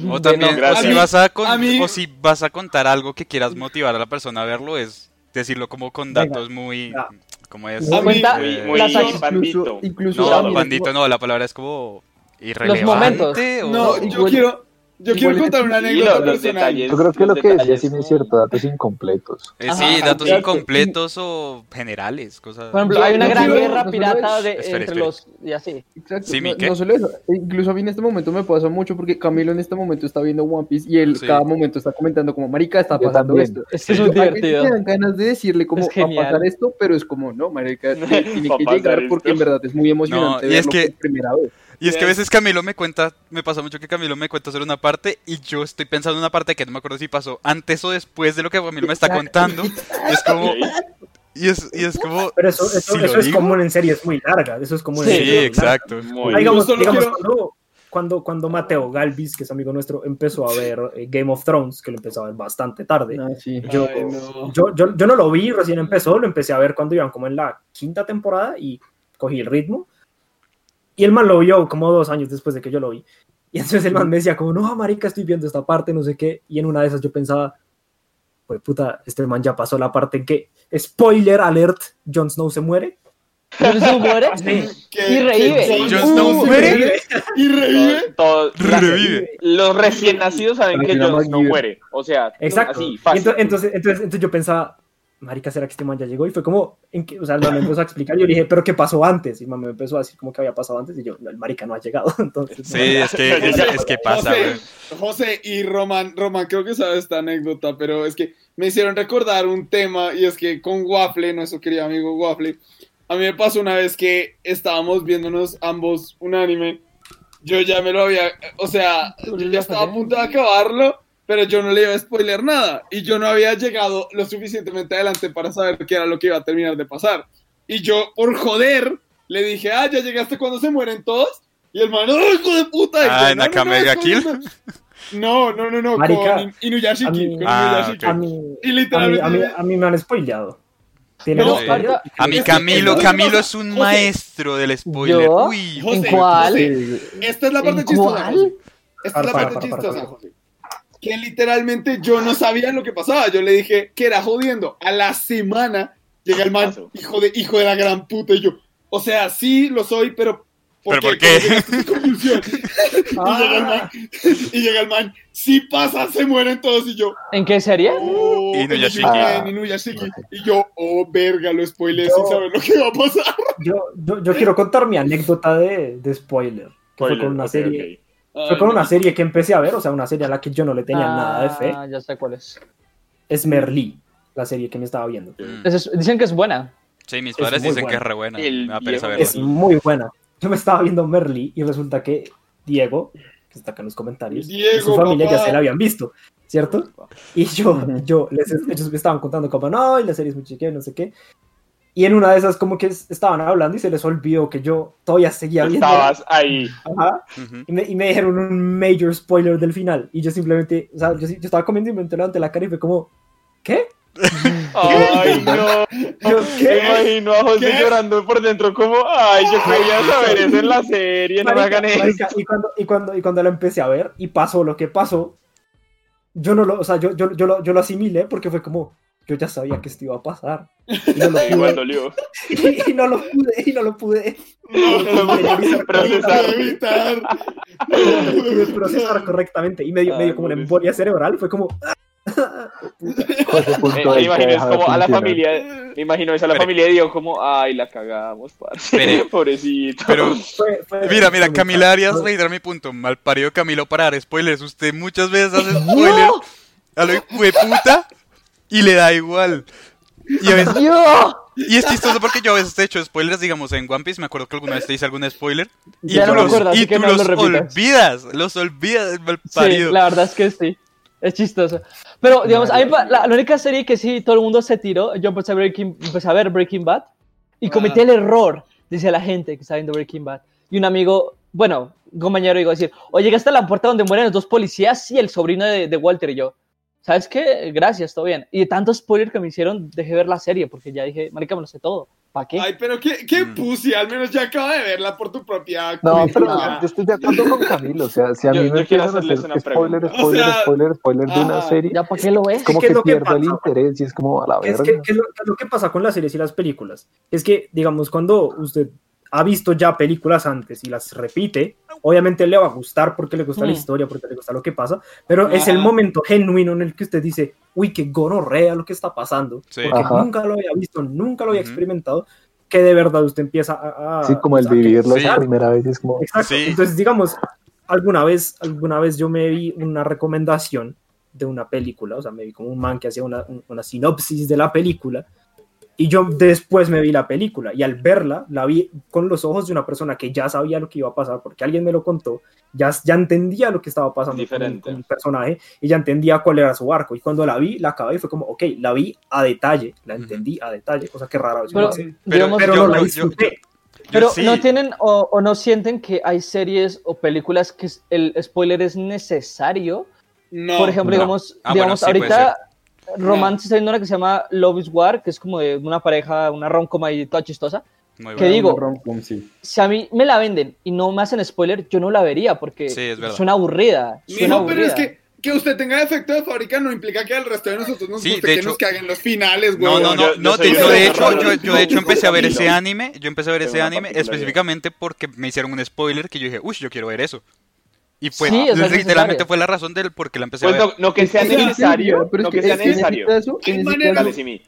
O de también, o no. gracias. si, vas a con- A mí- o si vas a contar algo que quieras motivar a la persona a verlo, es decirlo como con Venga, datos muy... ya. ¿Cómo es? A mí- Cuenta Eh, Muy, muy las acciones. bandito. Incluso, incluso No, a mí- bandito no, la palabra es como irrelevante. momentos. o- No, No, yo igual- quiero, yo quiero igual- contar una y anécdota los- los personal. detalles. yo creo que Los lo que decía detalles sí no es son- cierto, datos incompletos. Eh, sí, Ajá, datos exacto. incompletos o generales, cosas... Por ejemplo, Yo- hay una yo gran quiero- guerra no solo pirata de, Espera, entre espera. los. y así. Exacto, Sí, no, mi, ¿qué? no solo eso, e incluso a mí en este momento me pasa mucho porque Camilo en este momento está viendo One Piece y él Sí. cada momento está comentando como, marica, está Yo pasando también. esto. Es que es Yo- muy hay veces divertido. Me dan ganas de decirle como, Es va a genial. pasar esto, pero es como, no, marica, Va tiene tiene a que pasar llegar esto. porque en verdad es muy emocionante No, y es verlo que- por primera vez. Y es que a Yes. veces Camilo me cuenta, me pasa mucho que Camilo me cuenta sobre una parte y yo estoy pensando en una parte que no me acuerdo si pasó antes o después de lo que Camilo me está contando. Y es como, y es, y es como, pero eso, eso, si lo eso es digo. común en series muy largas. Eso es común en Sí, series muy largas. exacto. Muy Ah, digamos, Yo solo digamos, quiero- cuando, cuando, cuando Mateo Galvis, que es amigo nuestro, empezó a ver eh, Game of Thrones, que lo empezó a ver bastante tarde. No, sí. Yo, Ay, no. yo, yo, yo no lo vi, recién empezó, lo empecé a ver cuando iban como en la quinta temporada y cogí el ritmo. Y el man lo vio como dos años después de que yo lo vi. Y entonces el man me decía como, no, marica, estoy viendo esta parte, no sé qué. Y en una de esas yo pensaba, pues puta, este man ya pasó la parte en que, spoiler alert, Jon Snow se muere. Pero se muere Que- y revive. que- Jon Snow Uh, muere. Y revive. Todo- todo- la- Revive. los recién nacidos saben que Revive a Jon Snow McGear. muere. O sea, Exacto. así, Y fácil. ento- entonces, entonces, entonces yo pensaba, marica, ¿será que este man ya llegó? Y fue como, ¿en qué? o sea, el man me empezó a explicar y yo le dije, ¿pero qué pasó antes? Y el man me empezó a decir como que había pasado antes y yo, no, el marica no ha llegado. Entonces, Sí, es que, es, es que pasa, José, güey. José y Román, Román, creo que sabe esta anécdota, pero es que me hicieron recordar un tema y es que con Waffle, nuestro querido amigo Waffle, a mí me pasó una vez que estábamos viéndonos ambos un anime. Yo ya me lo había, o sea, yo ya estaba a punto de acabarlo, pero yo no le iba a spoiler nada y yo no había llegado lo suficientemente adelante para saber qué era lo que iba a terminar de pasar. Y yo, por joder, le dije, ah, ya llegaste cuando se mueren todos. Y el man, ¡oh, hijo de puta! Y yo, Ah, "No, en no, no, Akamega es con Kill. Inu- No, no, no, no, Marica, con In- Inuyashiki. a mí- con Ah, Inuyashiki. ok. A mí, Y a mí, literalmente. a mí- a mí me han spoileado. ¿Tiene No, un spoiler? marica, A mí Es que- Camilo, entonces, Camilo pasa, es un José, maestro del spoiler. ¿Yo? Uy, José, ¿En cuál? José, esta es la parte ¿En chistosa. cuál? José. Esta es la Para, parte para, para, chistosa, para. José. Que literalmente yo no sabía lo que pasaba. Yo le dije que era jodiendo. A la semana llega el man, Paso. hijo de, hijo de la gran puta. Y yo, o sea, sí lo soy, pero. ¿Pero por qué? ¿Cómo llegaste a esa conclusión? Ah. y, llega el man, y llega el man, sí pasa, se mueren todos. Y yo, ¿En qué serie? oh, Inuyashiki. Ah. en Inuyashiki. Y yo, oh, verga, lo spoileé sin Yo- saber lo que va a pasar. Yo, yo, yo quiero contar mi anécdota de, de spoiler. Que fue con una ok, serie. ok. Fue con Ah, una serie que empecé a ver, o sea, una serie a la que yo no le tenía Ah, nada de fe. ya sé cuál es. Es Merlí, la serie que me estaba viendo. Mm. Esa es- Dicen que es buena. Sí, mis es padres muy dicen que bueno. es re buena. El Me da pereza viejo verla. Es muy buena. Yo me estaba viendo Merlí y resulta que Diego, que está acá en los comentarios, y su Diego, familia papá. ya se la habían visto, ¿cierto? Y yo, yo, les, ellos me estaban contando como, no, y la serie es muy chiquita, y no sé qué. Y en una de esas como que es- estaban hablando y se les olvidó que yo todavía seguía viendo. Estabas ahí. Ajá. Ujú. Y me, y me dijeron un major spoiler del final. Y yo simplemente, o sea, yo, sí- yo estaba comiendo y me enteré ante la cara y fue como, ¿qué? Ay, no. Yo, Me ¿qué? imagino a José ¿Qué? llorando por dentro como, ay, yo quería saber eso en la serie, no me Marica, hagan eso. marica, y, cuando, y, cuando, y cuando la empecé a ver y pasó lo que pasó, yo no lo, o sea, yo, yo, yo lo, yo lo asimilé porque fue como, yo ya sabía que esto iba a pasar. Y no lo Sí, Igual pude, dolió. y, no lo pude, y no lo pude, No, Lo pude procesar. pude evitar. no lo pude procesar correctamente. Y me dio, me dio como una Ay, embolia cerebral, fue como, José Me, Pues punto me del que ha imagino es dejado de como a la funcionar. familia, me imagino es a la Espere. familia de Dios como, ay, la cagamos, parce. Espere. Pobrecito. Pero fue- fue- mira, mira, fue- Camila Arias reiterar mi punto. Mal parido Camilo Parar, spoilers. Usted muchas veces hace spoiler a lo puta y le da igual. Y a veces ¡Yo! Y es chistoso porque yo a veces he hecho spoilers, digamos, en One Piece. Me acuerdo que alguna vez te hice algún spoiler. Y Ya tú no me los, acuerdo, así y que tú no lo los repitas. olvidas. Los olvidas, mal Sí, parido. la verdad es que sí. Es chistoso. Pero, digamos, a mí pa- la, la única serie que sí todo el mundo se tiró, yo empecé a, Breaking, empecé a ver Breaking Bad Ah. y cometí el error, dice la gente que está viendo Breaking Bad. Y un amigo, bueno, un compañero, digo, decir, oye, llegaste a la puerta donde mueren los dos policías y el sobrino de, de Walter y yo. ¿Sabes qué? Gracias, todo bien. Y de tanto spoiler que me hicieron, dejé ver la serie porque ya dije, marica, me lo sé todo. ¿Para qué? Ay, pero qué, qué Mm. pussy, al menos ya acaba de verla por tu propia No, pero cuenta. yo estoy de acuerdo con Camilo. O sea, si a mí Yo- me yo quiero empiezan a hacer hacerles una spoiler, pregunta. O spoiler, sea, spoiler, spoiler de una ajá. serie, ¿Ya para qué lo ves? como que que, es lo que pierdo el pasa. interés y es como a la Es verga. que, que es lo, que es lo que pasa con las series y las películas. Es que, digamos, cuando usted ha visto ya películas antes y las repite, obviamente le va a gustar porque le gusta la Hmm. Mm. historia, porque le gusta lo que pasa, pero es el Ajá. momento genuino en el que usted dice, uy, qué gonorrea lo que está pasando, Sí. porque Ajá. nunca lo había visto, nunca lo había Ujú. experimentado, que de verdad usted empieza a... a- Sí, como el o sea, que- vivirlo Sí. esa primera vez es como. Exacto. Sí. Entonces, digamos, alguna vez, alguna vez yo me vi una recomendación de una película, o sea, me vi como un man que hacía una, un- una sinopsis de la película, y yo después me vi la película, y al verla, la vi con los ojos de una persona que ya sabía lo que iba a pasar, porque alguien me lo contó, ya, ya entendía lo que estaba pasando con el, Diferente. con el personaje, y ya entendía cuál era su arco, y cuando la vi, la acabé y fue como, ok, la vi a detalle, la Ujú. entendí a detalle, cosa que rara vez uno Pero, hace, digamos, pero yo- no la yo- yo- disfruté. Yo Pero sí. no tienen o, o no sienten que hay series o películas que es- el spoiler es necesario. No. Por ejemplo, No. digamos, Ah, digamos bueno, sí, puede ahorita Romance está viendo una que se llama Love is War, que es como de una pareja, una romcoma y toda chistosa. Muy ¿Qué bueno. digo? Rom-com, sí. Si a mí me la venden y no me hacen spoiler, yo no la vería porque Sí, es verdad. suena aburrida. Mijo, suena pero es aburrida. que, que usted tenga defecto de fábrica no implica que al resto de nosotros nos Sí, guste de que hecho- nos caguen los finales, güey. No, no, no, Yo- yo no, soy de, una no, de persona hecho, rara. yo, yo de hecho Yo empecé soy a ver Camilo. ese anime, yo empecé a ver Tengo ese una anime particularidad. específicamente porque me hicieron un spoiler que yo dije, uy, yo quiero ver eso. Y fue, Sí, o sea, es literalmente necesario. fue la razón del por qué la empecé Pues a ver. no, no que sea Es que- necesario, pero es no que, que sea es que en ese necesario. caso, Hay en ese maneras- caso- Dale, Simi.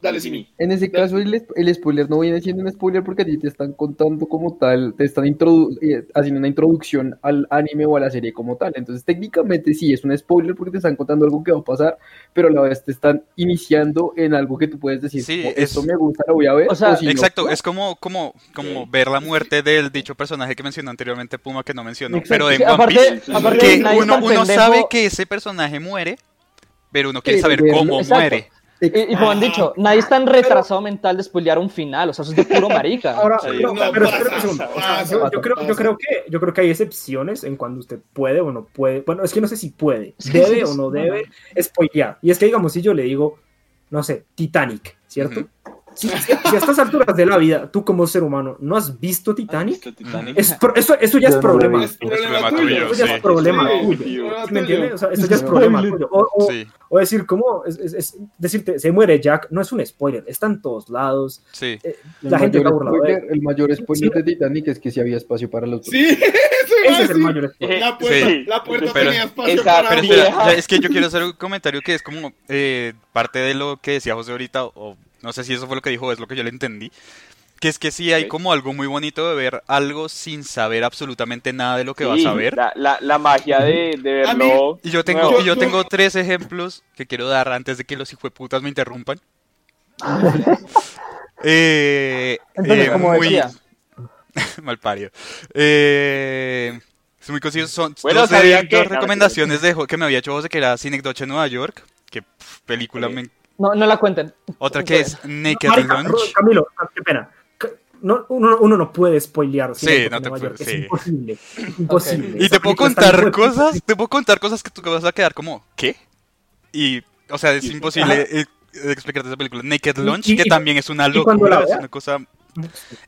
Dale, Simi. En ese caso, el, es- el spoiler no viene siendo un spoiler porque a ti te están contando como tal, te están introdu- eh, haciendo una introducción al anime o a la serie como tal. Entonces, técnicamente sí es un spoiler porque te están contando algo que va a pasar, pero a la vez te están iniciando en algo que tú puedes decir, Sí, como, es- esto me gusta, lo voy a ver. O sea, si no, Exacto, no. es como, como, como ver la muerte del dicho personaje que mencionó anteriormente Puma que no mencionó, Exacto. pero Sí, en One Piece. aparte, Piece, aparte que nadie uno, está uno pendejo. sabe que ese personaje muere, pero uno quiere Sí, saber verlo. cómo Exacto. muere. Y, y como han dicho, nadie está tan retrasado mental de spoilear un final, o sea, eso es de puro marica. Ahora, Sí. pero, No, pero pasa, espérame un segundo. O sea, pasa, yo- pasa, yo, creo, yo, pasa. creo que, yo creo que hay excepciones en cuando usted puede o no puede. Bueno, es que no sé si puede, Es que debe sí, o no sí, debe spoilear. Y es que, digamos, si yo le digo, no sé, Titanic, ¿cierto? si, si- si a estas alturas de la vida, tú como ser humano, no has visto Titanic, Listo, Titanic. es pro- eso, eso ya Yo es no lo he problema. visto. Es problema tuyo, Eso ya sí. es problema Sí, tuyo. sí, ¿sí tuyo. ¿Me entiendes? O sea, eso ya es problema tuyo. O, o- Sí, o decir, ¿cómo? Es, es- es- decirte, se muere Jack, no es un spoiler, está en todos lados. sí. eh, El la gente está mayor burlada de él. spoiler, el mayor spoiler Sí. de Titanic es que si había espacio para los Sí, Ese es eso iba a el decir. mayor spoiler. Eh, La puerta, sí. la puerta Pero- tenía espacio Exacto. para Pero mí. espera, vieja. ya, es que yo quiero hacer un comentario que es como eh, parte de lo que decía José ahorita, o no sé si eso fue lo que dijo, es lo que yo le entendí. Que es que sí hay Ok. como algo muy bonito de ver algo sin saber absolutamente nada de lo que vas Sí, a ver. La, la, la magia de, de A mí- verlo. Y yo tengo, nuevo. y yo tengo tres ejemplos que quiero dar antes de que los hijueputas me interrumpan. Eh, Entonces, eh, como muy- decía. mal parido. Eh, es muy conocido. Son Bueno, dos, de- sabía dos que- recomendaciones de, jo- que me había hecho José, que era Cine Doche en Nueva York. Que pff, película. Ok. me- No, no la cuenten. Otra que es Naked Marica, Lunch. Ro- Camilo, ah, qué pena. Ca- No, uno, uno no puede spoilear. Sí, Cine de no te Nueva York, puedes, Es sí. imposible. es imposible. Y Esa te puedo película está contar muy- cosas, te puedo contar cosas que tú vas a quedar como, ¿qué? Y, o sea, es Sí, sí. imposible eh, explicarte esa película. Naked Y- Lunch, y- que y- también es una y cuando locura, la es veas. una cosa...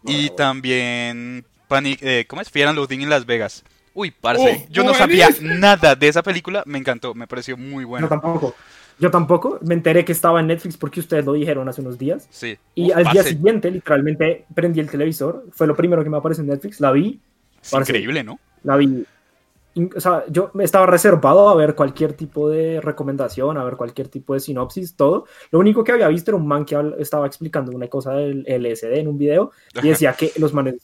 Y también, Panic, eh, ¿cómo es? Fear and Loathing en Las Vegas. Uy, parce, Oh, Uf, yo no sabía buenísimo. nada de esa película, me encantó, me pareció muy No, buena. tampoco. Yo tampoco. Me enteré que estaba en Netflix porque ustedes lo dijeron hace unos días. Sí. Y Uf, al día parce, siguiente, literalmente, prendí el televisor. Fue lo primero que me apareció en Netflix. La vi. es parce. increíble, ¿no? La vi. In- O sea, yo me estaba reservado a ver cualquier tipo de recomendación, a ver cualquier tipo de sinopsis, todo. Lo único que había visto era un man que habl- estaba explicando una cosa del LSD en un video y decía que los manes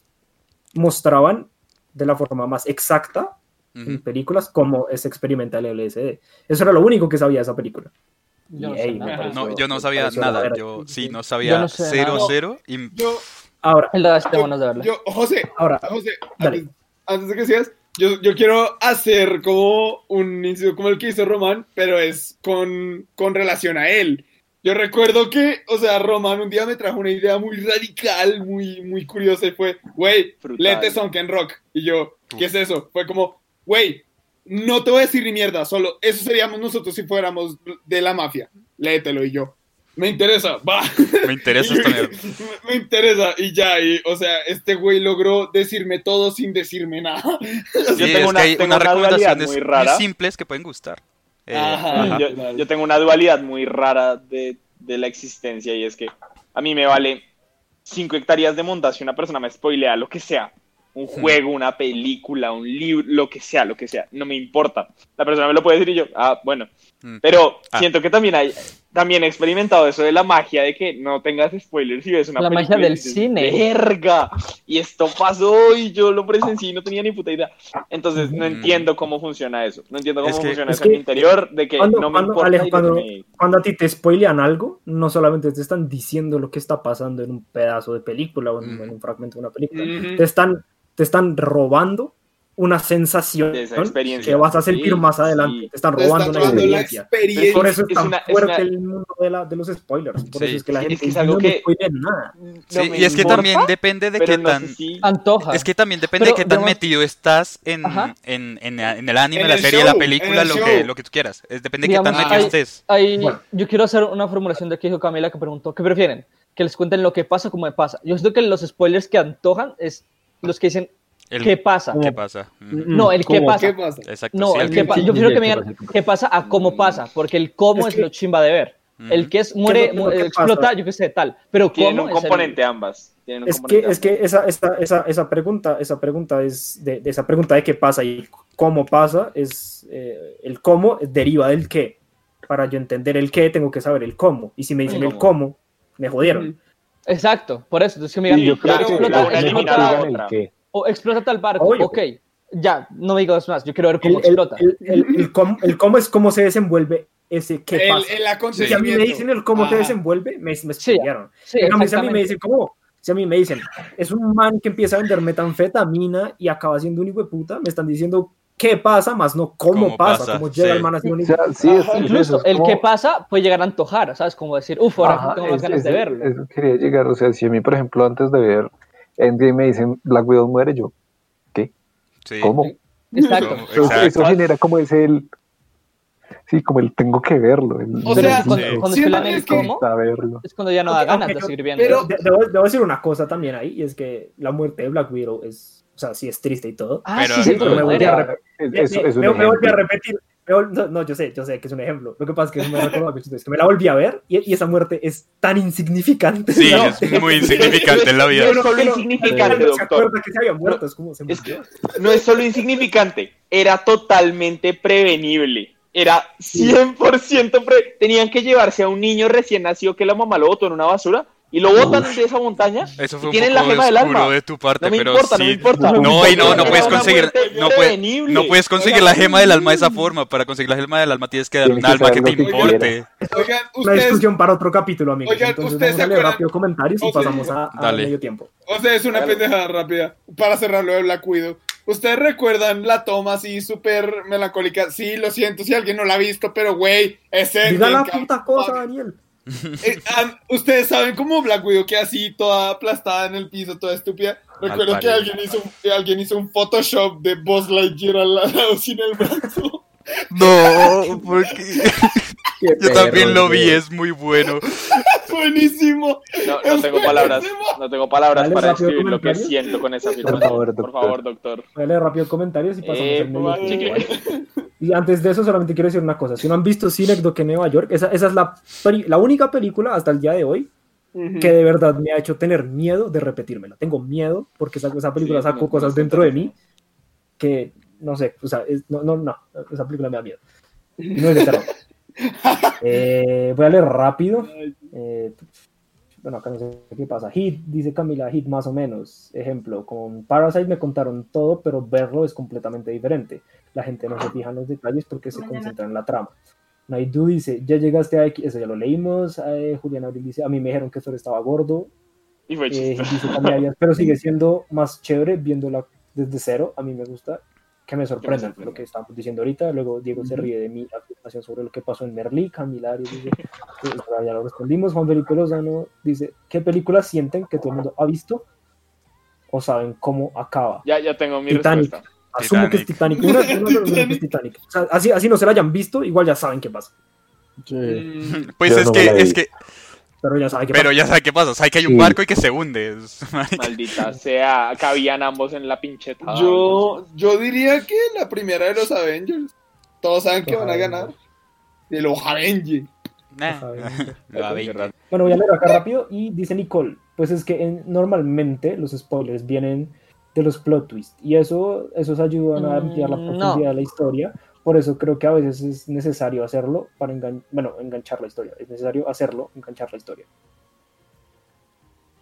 mostraban de la forma más exacta en Ujú. películas cómo es experimental el LSD. Eso era lo único que sabía de esa película. Yo no Y, sé ey, me nada. pareció- No, yo no me sabía pareció nada, la verdad. yo sí, no sabía no sé nada. cero, cero y Yo, Ahora, El de yo- ganas de verla. yo, José, ahora, José, Dale. eh, antes, antes de que sigas, yo, yo quiero hacer como un inciso como el que hizo Román, pero es con, con relación a él. Yo recuerdo que, o sea, Román un día me trajo una idea muy radical, muy, muy curiosa y fue, güey, Brutal. lente Sunken Rock. Y yo, ¿qué es eso? Fue como, güey, no te voy a decir ni mierda, solo eso seríamos nosotros si fuéramos de la mafia. Léetelo y yo. Me interesa, va. me interesa esta mierda. Me, me interesa y ya, y, o sea, este güey logró decirme todo sin decirme nada. Yo Sí, tengo es una- que hay tengo unas una dualidad recomendaciones muy muy, rara. simples que pueden gustar. Eh, Ajá. ajá. Yo, yo tengo una dualidad muy rara de, de la existencia y es que a mí me vale 5 hectáreas de monta si una persona me spoilea lo que sea. Un juego, una película, un libro, lo que sea, lo que sea. No me importa. La persona me lo puede decir y yo, ah, bueno. Mm. Pero Ah. siento que también hay, también he experimentado eso de la magia de que no tengas spoilers y ves una La magia película y del dices, cine. ¡Verga! Y esto pasó y yo lo presencié y no tenía ni puta idea. Entonces no Mm. entiendo cómo funciona eso. No entiendo cómo Es que- funciona es eso en mi que- interior, de que cuando- no me cuando, importa. Alejo, y cuando- de que cuando a ti te spoilean algo, no solamente te están diciendo lo que está pasando en un pedazo de película o en, Ujú. en un fragmento de una película, Mm. Ujú. te, están, te están robando una sensación De esa experiencia. que vas a sentir Sí, más adelante, sí. te están Te robando una está robando la experiencia. Es- Por experiencia. eso es, es tan una- es fuerte una- el mundo de, la, de los spoilers. Por Sí. eso es que la Es gente que es algo no que- me spoilen nada. no Sí, me y es que importa, también depende de pero qué no tan... sé si- Antoja. Es que también depende Pero, de qué tan digamos- metido estás en, Ajá. en, en- en el anime, En la el serie, la show, película, en el lo que, show. lo que tú quieras. Es, depende de qué Digamos, tan metido hay- estés. Ahí, Bueno. Yo quiero hacer una formulación de que dijo Camila que preguntó, ¿qué prefieren? Que les cuenten lo que pasa o cómo pasa. Yo siento que los spoilers que antojan es los que dicen El- qué pasa. ¿Qué pasa? Ujú. No, el qué ¿Cómo? pasa. ¿Qué pasa? Exacto. No, sí, el el qué que- pa- sí, yo sí, prefiero sí, que me sí, digan sí, sí. qué pasa a cómo pasa, porque el cómo Es es, que- lo chimba de ver. Ujú. El que es muere, ¿Qué es lo que mu- pasa? explota, yo qué sé, tal. Pero Tienen cómo un es el- componente ambas. Tienen un Es que, componente es que esa, esa, esa, esa pregunta, esa pregunta es de, de esa pregunta de qué pasa y cómo pasa, es eh, el cómo deriva del qué. Para yo entender el qué, tengo que saber el cómo. Y si me dicen el cómo, me jodieron. Explota. Exacto, por eso. Entonces que me Sí, digan, Y yo creo que ya, una la- buena mejor eliminada, que digan el otra. qué. o explota tal barco, Obvio. ok. Ya, no me digas más, yo quiero ver El, cómo el- explota. el- el- el cómo, el cómo es cómo se desenvuelve ese qué El, pasa. el Si a mí acontecimiento. me dicen el cómo se Ajá. desenvuelve, me, me Sí, spoilearon. Sí, En cambio, si a mí exactamente. me dicen, ¿cómo? Si a mí me dicen, es un man que empieza a vender metanfetamina y acaba siendo un hijo de puta, me están diciendo qué pasa, más no cómo, Cómo pasa, pasa, cómo llega sí. el man a ser un O sea, sí, es- es eso, Incluso es el como- que pasa puede llegar a antojar, ¿sabes? Como decir, uff, ahora Ajá, tengo más es- ganas es- de verlo. Eso quería llegar, o sea, si a mí, por ejemplo, antes de ver Endgame me dicen Black Widow muere, yo, mm, Sí. ¿cómo? Exacto. ¿Cómo? Eso, Exacto. eso genera como es el... Sí, como el tengo que verlo. El, O Pero sea, cuando, sí. cuando Sí, se le no, dan el es que- cómo, Saberlo. es cuando ya no da Ok, ganas ok, de yo- seguir viendo. Pero de- debo, debo decir una cosa también ahí, y es que la muerte de Black Widow es, o sea, sí es triste y todo. ah, pero- sí, Sí, sí, pero me pero volví era- a Es- Me- eso me, es un me- me volví a ejemplo. repetir. me vol- no, no, yo sé, yo sé que es un ejemplo. Lo que pasa es que eso me recuerda mucho, es que me la volví a ver y, y esa muerte es tan insignificante. Sí, No, es muy insignificante en la vida. No es solo Pero- insignificante, no se doctor. acuerda que se había muerto, es como se Es murió. No es solo insignificante, era totalmente prevenible. Era 100% pre... Tenían que llevarse a un niño recién nacido que la mamá lo botó en una basura y lo botan de esa montaña. Eso fue un Tienen la poco gema del oscuro alma. de tu parte, No me pero importa, no me sí. importa. No, y no, no Era puedes una conseguir, muerte no puedes, prevenible. no puedes conseguir la gema del alma de esa forma. Para conseguir la gema del alma tienes que dar Tienes un que alma que saber te lo que importe. quieras. Oigan, Una ustedes, pues, discusión para otro capítulo, amigos. Oigan, Entonces ¿ustedes vamos a se leer acuerdan? rápido comentarios y Ustedes- pasamos a, a Dale. medio tiempo. o sea, es una Claro. pendejada rápida. Para cerrar lo de Black Widow. ¿Ustedes recuerdan la toma así súper melancólica? Sí, lo siento si alguien no la ha visto, pero güey, es Diga la Endgame, puta cabrón. cosa, Daniel. Eh, am- Ustedes saben cómo Black Widow queda así, toda aplastada en el piso, toda estúpida. Recuerdo Al que parecer. alguien hizo, un, que alguien hizo un Photoshop de Buzz Lightyear al lado sin el brazo. No, porque yo también lo vi, es muy bueno. Buenísimo. No, no tengo palabras. No tengo palabras Dale, para rápido, describir lo que comentario. siento con esa afirmación. favor, doctor. Por favor, doctor. Voy a leer rápido comentarios y pasamos Eh, al medio pues, tiempo, chicle. ¿vale? Y antes de eso, solamente quiero decir una cosa. Si no han visto Synecdoche en Nueva York, esa, esa es la, peli- la única película hasta el día de hoy que de verdad me ha hecho tener miedo de repetírmela. Tengo miedo porque esa, esa película Sí, sacó no, cosas no, dentro de mí no. que, no sé, o sea, es- no, no, no, esa película me da miedo. No es de terror. Eh, voy a leer rápido. Eh, bueno, acá no sé qué pasa. Hit, dice Camila, Hit más o menos. Ejemplo, con Parasite me contaron todo, pero verlo es completamente diferente. La gente no se fija en los detalles porque se concentra en la trama. Naidu dice, ya llegaste a X, eso ya lo leímos. Eh, Julián Abril dice, a mí me dijeron que Thor estaba gordo. Y fue Eh, chistoso. dice Camila Díaz, pero sigue siendo más chévere viéndola desde cero. A mí me gusta que me sorprendan sorprenda. lo que estamos diciendo ahorita. Luego Diego se ríe de mi afirmación sobre lo que pasó en Merlí. Camila Arias dice, eh, ya lo respondimos. Juan Felipe Lozano dice, ¿qué películas sienten que todo el mundo ha visto o saben cómo acaba? Ya, ya tengo mi Titanic. respuesta. Asumo que es Titanic. Una, una de las que es Titanic. O sea, así, así no se la hayan visto, igual ya saben qué pasa. Sí. Mm, Pues Yo es no me que, la vi. es que, Pero ya saben qué pero pasa. ya sabes qué pasa, sabes que hay un Sí. barco y que se hunde. es- marica. Maldita sea, cabían ambos en la pincheta. Yo, yo diría que la primera de los Avengers. Todos saben que van a ganar. De los Avengers. Nah. saben. Lo avengé. Bueno, voy a leer acá rápido y dice Nicole, pues es que en- normalmente los spoilers vienen de los plot twists y eso esos ayudan a ampliar la Mm, profundidad no. de la historia, por eso creo que a veces es necesario hacerlo para engan- bueno, enganchar la historia, es necesario hacerlo, enganchar la historia.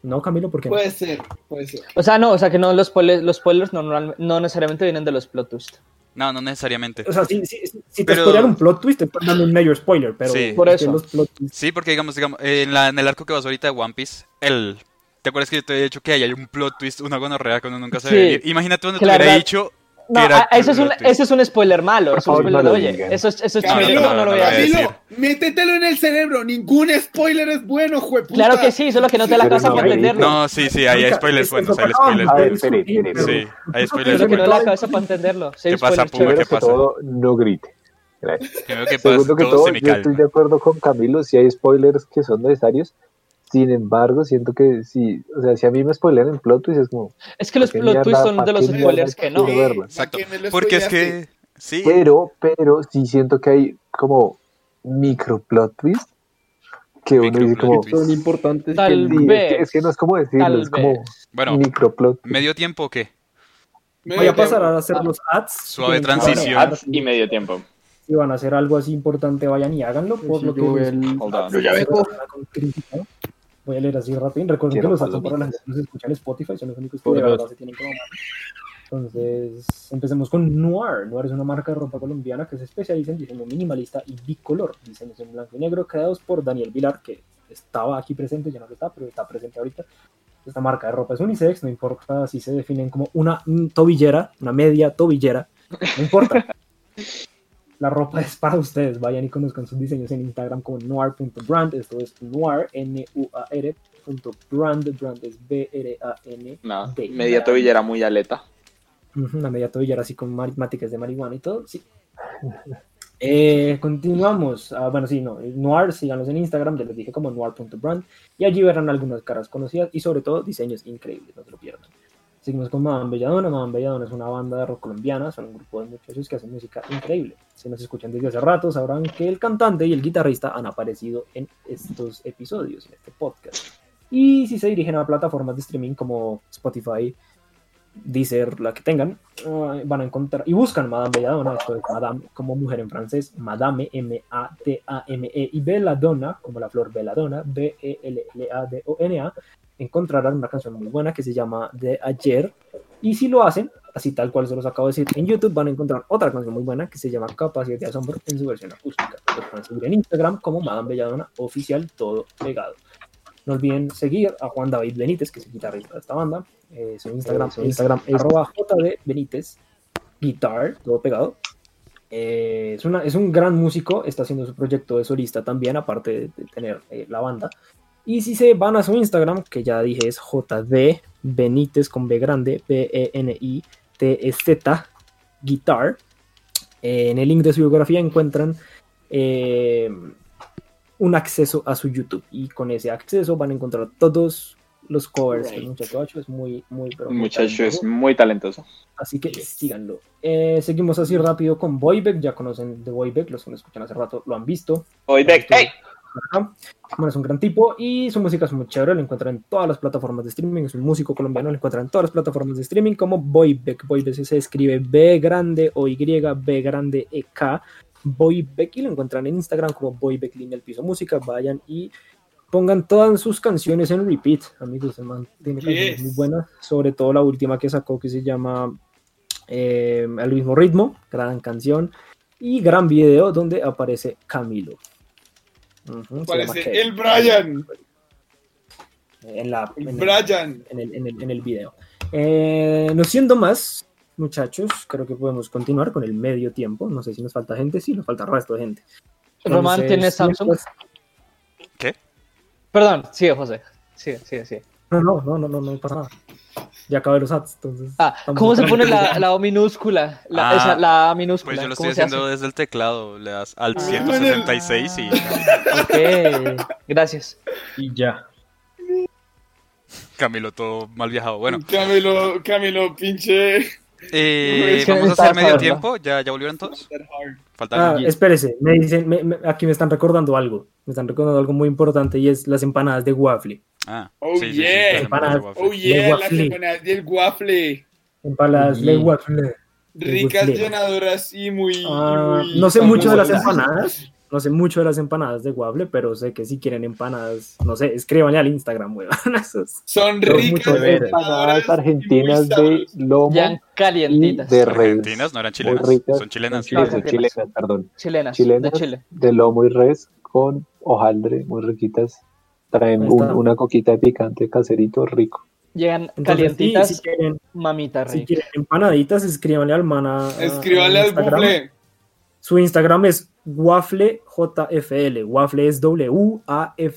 No, Camilo, porque Puede ser, puede ser. O sea, no, o sea que no los spoilers, los spoilers no, normal- no necesariamente vienen de los plot twists. No, no necesariamente. o sea, si, si, si- si te Pero- spoilean un plot twist, te están dando un mayor spoiler, pero Sí. es Por que eso. los plot twists- Sí, porque digamos, digamos eh, en, la- en el arco que vas ahorita de One Piece, el... ¿Te acuerdas que yo te había dicho que ahí hay un plot twist, una gonorrea que uno nunca se Sí. ve venir? Imagínate cuando Que te la hubiera verdad- dicho No, que era ah, eso es, un, plot twist. eso es un spoiler malo. Es un favor, spoiler no de, lo oye, digan. eso es, eso es No, no, chimelo, Camilo, no, no lo no, veas. no, Camilo, decir. métetelo en el cerebro. Ningún spoiler es bueno, jueputa. Claro que sí, solo que no te la pero casa no, para ahí- entenderlo. No, sí, sí, ahí hay Marica, spoilers es- buenos, eso ah, hay acabamos spoilers de A ver, buenos. discutir, espere, pero- Sí, hay spoilers Solo que no buenos. la cabeza para entenderlo. Sí, ¿Qué pasa, spoilers Puma? chéveres. Primero ¿Qué que pasa? todo, no grite. Gracias. Primero que pasa, Segundo que todo todo, se me yo estoy calma. de acuerdo con Camilo, si hay spoilers que son necesarios. Sin embargo, siento que si, o sea, si a mí me spoilean en plot twist es como, Es que los ¿Para qué plot twists mierda- son de para los qué mierda spoilers que no. quiero verla? Exacto. ¿Para qué me lo Porque es que, spoileaste? sí, Pero, pero sí siento que hay como micro plot twist que uno Micro dice plot como, twist. Son importantes. Tal que- sí, es que, vez. es que no es como decirlo, Tal es como vez. bueno, micro plot twist. medio tiempo o qué? Me Voy a dio pasar tiempo. a hacer los ads. Suave Tienen que transición. hablar, Ads y medio tiempo. si van a hacer algo así importante, vayan y háganlo. Por Sí, lo que yo les- el- Hold on. Yo ya vengo. Voy a leer así rápido. Recuerden Quiero que los datos palomitas. para la gente que nos escucha en Spotify son los únicos que de Por verdad dos. se tienen que tomar. Entonces, empecemos con Noir. Noir es una marca de ropa colombiana que se especializa en diseño minimalista y bicolor. Diseños en blanco y negro creados por Daniel Vilar, que estaba aquí presente, ya no lo está, pero está presente ahorita. Esta marca de ropa es unisex, no importa si se definen como una mm, tobillera, una media tobillera, No importa. La ropa es para ustedes. Vayan y conozcan sus diseños en Instagram como noir.brand. Esto es noir, N-U-A-R. punto brand, brand es B-R-A-N. No, de- media tobilla era muy aleta. Ujú, Una media tobillera así con matemáticas de marihuana y todo, sí. Eh, continuamos. Ah, bueno, sí, no. Noir, síganos en Instagram, ya les dije como noir.brand. Y allí verán algunas caras conocidas y sobre todo diseños increíbles, no se lo pierdan. Seguimos con Madame Belladona. Madame Belladona es una banda de rock colombiana, son un grupo de muchachos que hacen música increíble. Si nos escuchan desde hace rato, sabrán que el cantante y el guitarrista han aparecido en estos episodios, en este podcast. Y si se dirigen a plataformas de streaming como Spotify, Deezer, la que tengan, eh, van a encontrar, y buscan Madame Belladonna, esto es Madame como mujer en francés, Madame, M-A-T-A-M-E, E, y Belladonna, como la flor Belladonna, E B-E-L-L-A-D-O-N-A, encontrarán una canción muy buena que se llama De Ayer, y si lo hacen, así tal cual se los acabo de decir, en YouTube van a encontrar otra canción muy buena que se llama Capacidad de Asombro en su versión acústica. Los pueden seguir en Instagram como Madame Belladonna Oficial, todo pegado. No olviden seguir a Juan David Benítez, que es el guitarrista de esta banda. Eh, su Instagram, su Instagram es arroba JD Benítez Guitar, todo pegado. Eh, es, una, es un gran músico, está haciendo su proyecto de solista también, aparte de, de tener eh, la banda. Y si se van a su Instagram, que ya dije es JD Benítez con B E grande, B-E-N-I-T-Z E Guitar, eh, en el link de su biografía encuentran eh, un acceso a su YouTube. Y con ese acceso van a encontrar todos los covers. que El muchacho ha hecho, es muy, muy, pero Un muy muchacho es talentoso. muy talentoso. Así que síganlo. Eh, seguimos así rápido con Boybeck. Ya conocen de Boybeck, los que nos escuchan hace rato lo han visto. Hoy Beck, Estuvo ¡ey! por acá. Bueno, es un gran tipo y su música es muy chévere. Lo encuentran en todas las plataformas de streaming. Es un músico colombiano. Lo encuentran en todas las plataformas de streaming como Boybeck. Boybeck se escribe B grande o Y, B grande EK. Boybeck y lo encuentran en Instagram como Boybeck Línea al Piso Música. Vayan y pongan todas sus canciones en repeat, amigos. El man tiene canciones Yes. muy buenas, sobre todo la última que sacó que se llama eh, Al mismo ritmo, gran canción y gran video donde aparece Camilo. Ujú, se llama Parece Kevin. el Brian. En, la, en El el- Brian. en el, en el- en el video. Eh, no siendo más, muchachos, creo que podemos continuar con el medio tiempo. No sé si nos falta gente, sí, nos falta resto de gente. Román, Entonces, ¿tienes Samsung? mientras- Perdón, sigue, José. Sigue, sigue, sigue. No, no, no, no, no, no pasa nada. Ya acabé los ads, entonces. Ah, estamos ¿cómo se acá. pone la, la O minúscula? La, Ah, esa, la A minúscula. Pues yo lo estoy ¿cómo se haciendo desde el teclado, le das al Ah. 166 y hace? Ok, gracias. Y ya. Camilo todo mal viajado. Bueno, Camilo, Camilo, pinche. eh, Es que vamos a necesitaba hacer medio saberlo. tiempo. ¿Ya, ya volvieron todos? Falta Ah, alguien. espérese, me dicen, me- me- aquí me están recordando algo. Me están recordando algo muy importante y es las empanadas de waffle. Ah, Oh, sí, sí, sí, yeah. que hacen Para- mucho guapo. Oh De yeah, la waffle. semana del waffle. Empanadas de waffle. Ricas, waffle. llenadoras y muy. y Ah, muy no sé mucho de las famosas. empanadas. No sé mucho de las empanadas de waffle, pero sé que si quieren empanadas, no sé, escríbanle al Instagram, weón. Eso es- Son Pero ricas mucho de Las veras. empanadas empanadas argentinas de lomo Ya y calientitas. de res. Argentinas no eran chilenas, Muy ricas. son chilenas. Ah, son Argentinas. chilenas, perdón. Chilenas, Chilenas de Chile. de lomo y res con hojaldre, muy riquitas. Traen Ahí está. un- una coquita de picante caserito rico. Llegan Entonces, sí, calientitas, si quieren, mamita rica. si quieren empanaditas, escríbanle al mana. Escríbanle al bucle. Su Instagram es wafflejfl. Waffle es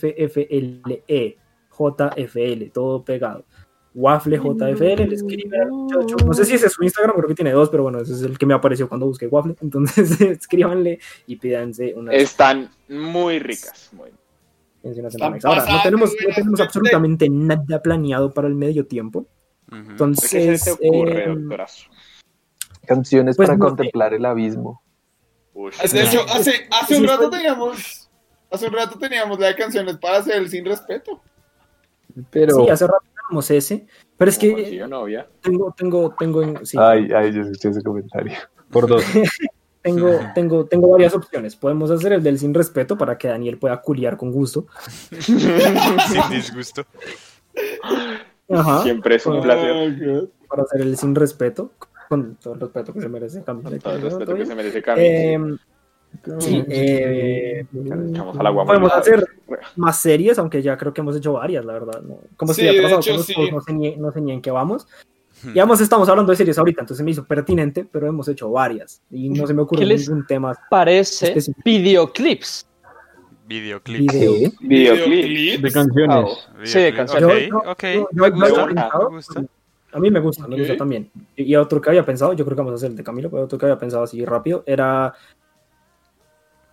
W-A-F-F-L-E. JFL, todo pegado. Wafflejfl, le escriben al muchacho. No sé si ese es su Instagram, creo que tiene dos, pero bueno, ese es el que me apareció cuando busqué waffle. Entonces, escríbanle y pídanse unas, Están muy ricas. muy- pídanse unas Están empanadas. Ahora, no pasando, tenemos, güey, no tenemos las- absolutamente nada planeado para el medio tiempo. Ujú. ¿De ¿Qué Entonces, se te ocurre, eh, doctorazo? Canciones Pues para no sé. contemplar el abismo. Ush. De hecho, hace, hace Sí, un sí, rato fue- teníamos. Hace un rato teníamos la de canciones para hacer el sin respeto. Pero. em, sí, hace rato tenemos ese, pero es Como si que yo novia. tengo, tengo, tengo, en- sí. Ay, ay, yo escuché ese comentario. Por dos. Tengo, tengo, tengo varias opciones. Podemos hacer el del sin respeto para que Daniel pueda culiar con gusto. Sin disgusto. Ajá. Siempre es un Ah. placer. Para hacer el sin respeto. Con todo el respeto que se merece. Camilo. Todo el ¿No? respeto que ¿Todo bien? se merece Camilo. Em, sí, eh, Echamos al agua podemos molida. hacer más series, aunque ya creo que hemos hecho varias, la verdad. ¿no? Como Sí, estoy de atrasado hecho, con los sí. posts, no sé, ni, no sé ni en qué vamos. Hmm. Y además estamos hablando de series ahorita, entonces me hizo pertinente, pero hemos hecho varias. Y no se me ocurre ¿Qué les- ningún tema. Parece Específico. videoclips. Videoclip. Video. ¿Qué? Videoclip. Videoclip. De canciones. Sí, de canción. Videoclip, Yo- Ok, ok. yo- yo- Me yo- gusta, yo- me gusta. A mí me gusta, me gusta Ok. también. Y, y otro que había pensado, yo creo que vamos a hacer el de Camilo, pero otro que había pensado así rápido era.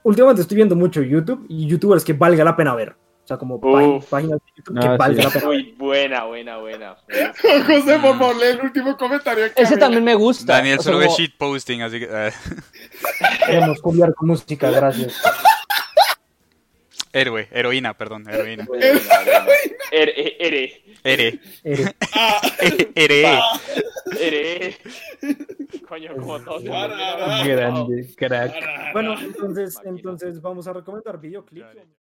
Últimamente estoy viendo mucho YouTube y youtubers que valga la pena ver. O sea, como pá- Uf. páginas de YouTube Ah, que sí. valga la pena ver. Uy, buena, buena, buena. José, por favor, lee el último comentario. que Ese había. también me gusta. Daniel O sea, solo ve como- shitposting, así que. eh, Queremos cambiar con música, gracias. héroe, heroína, perdón, heroína. Buena, buena. Ere, ere, Ere, Eh, ere. ere. Coño, como todos. se volvieron Para, locos. Grande, crack. bueno, entonces, entonces vamos a recomendar videoclips.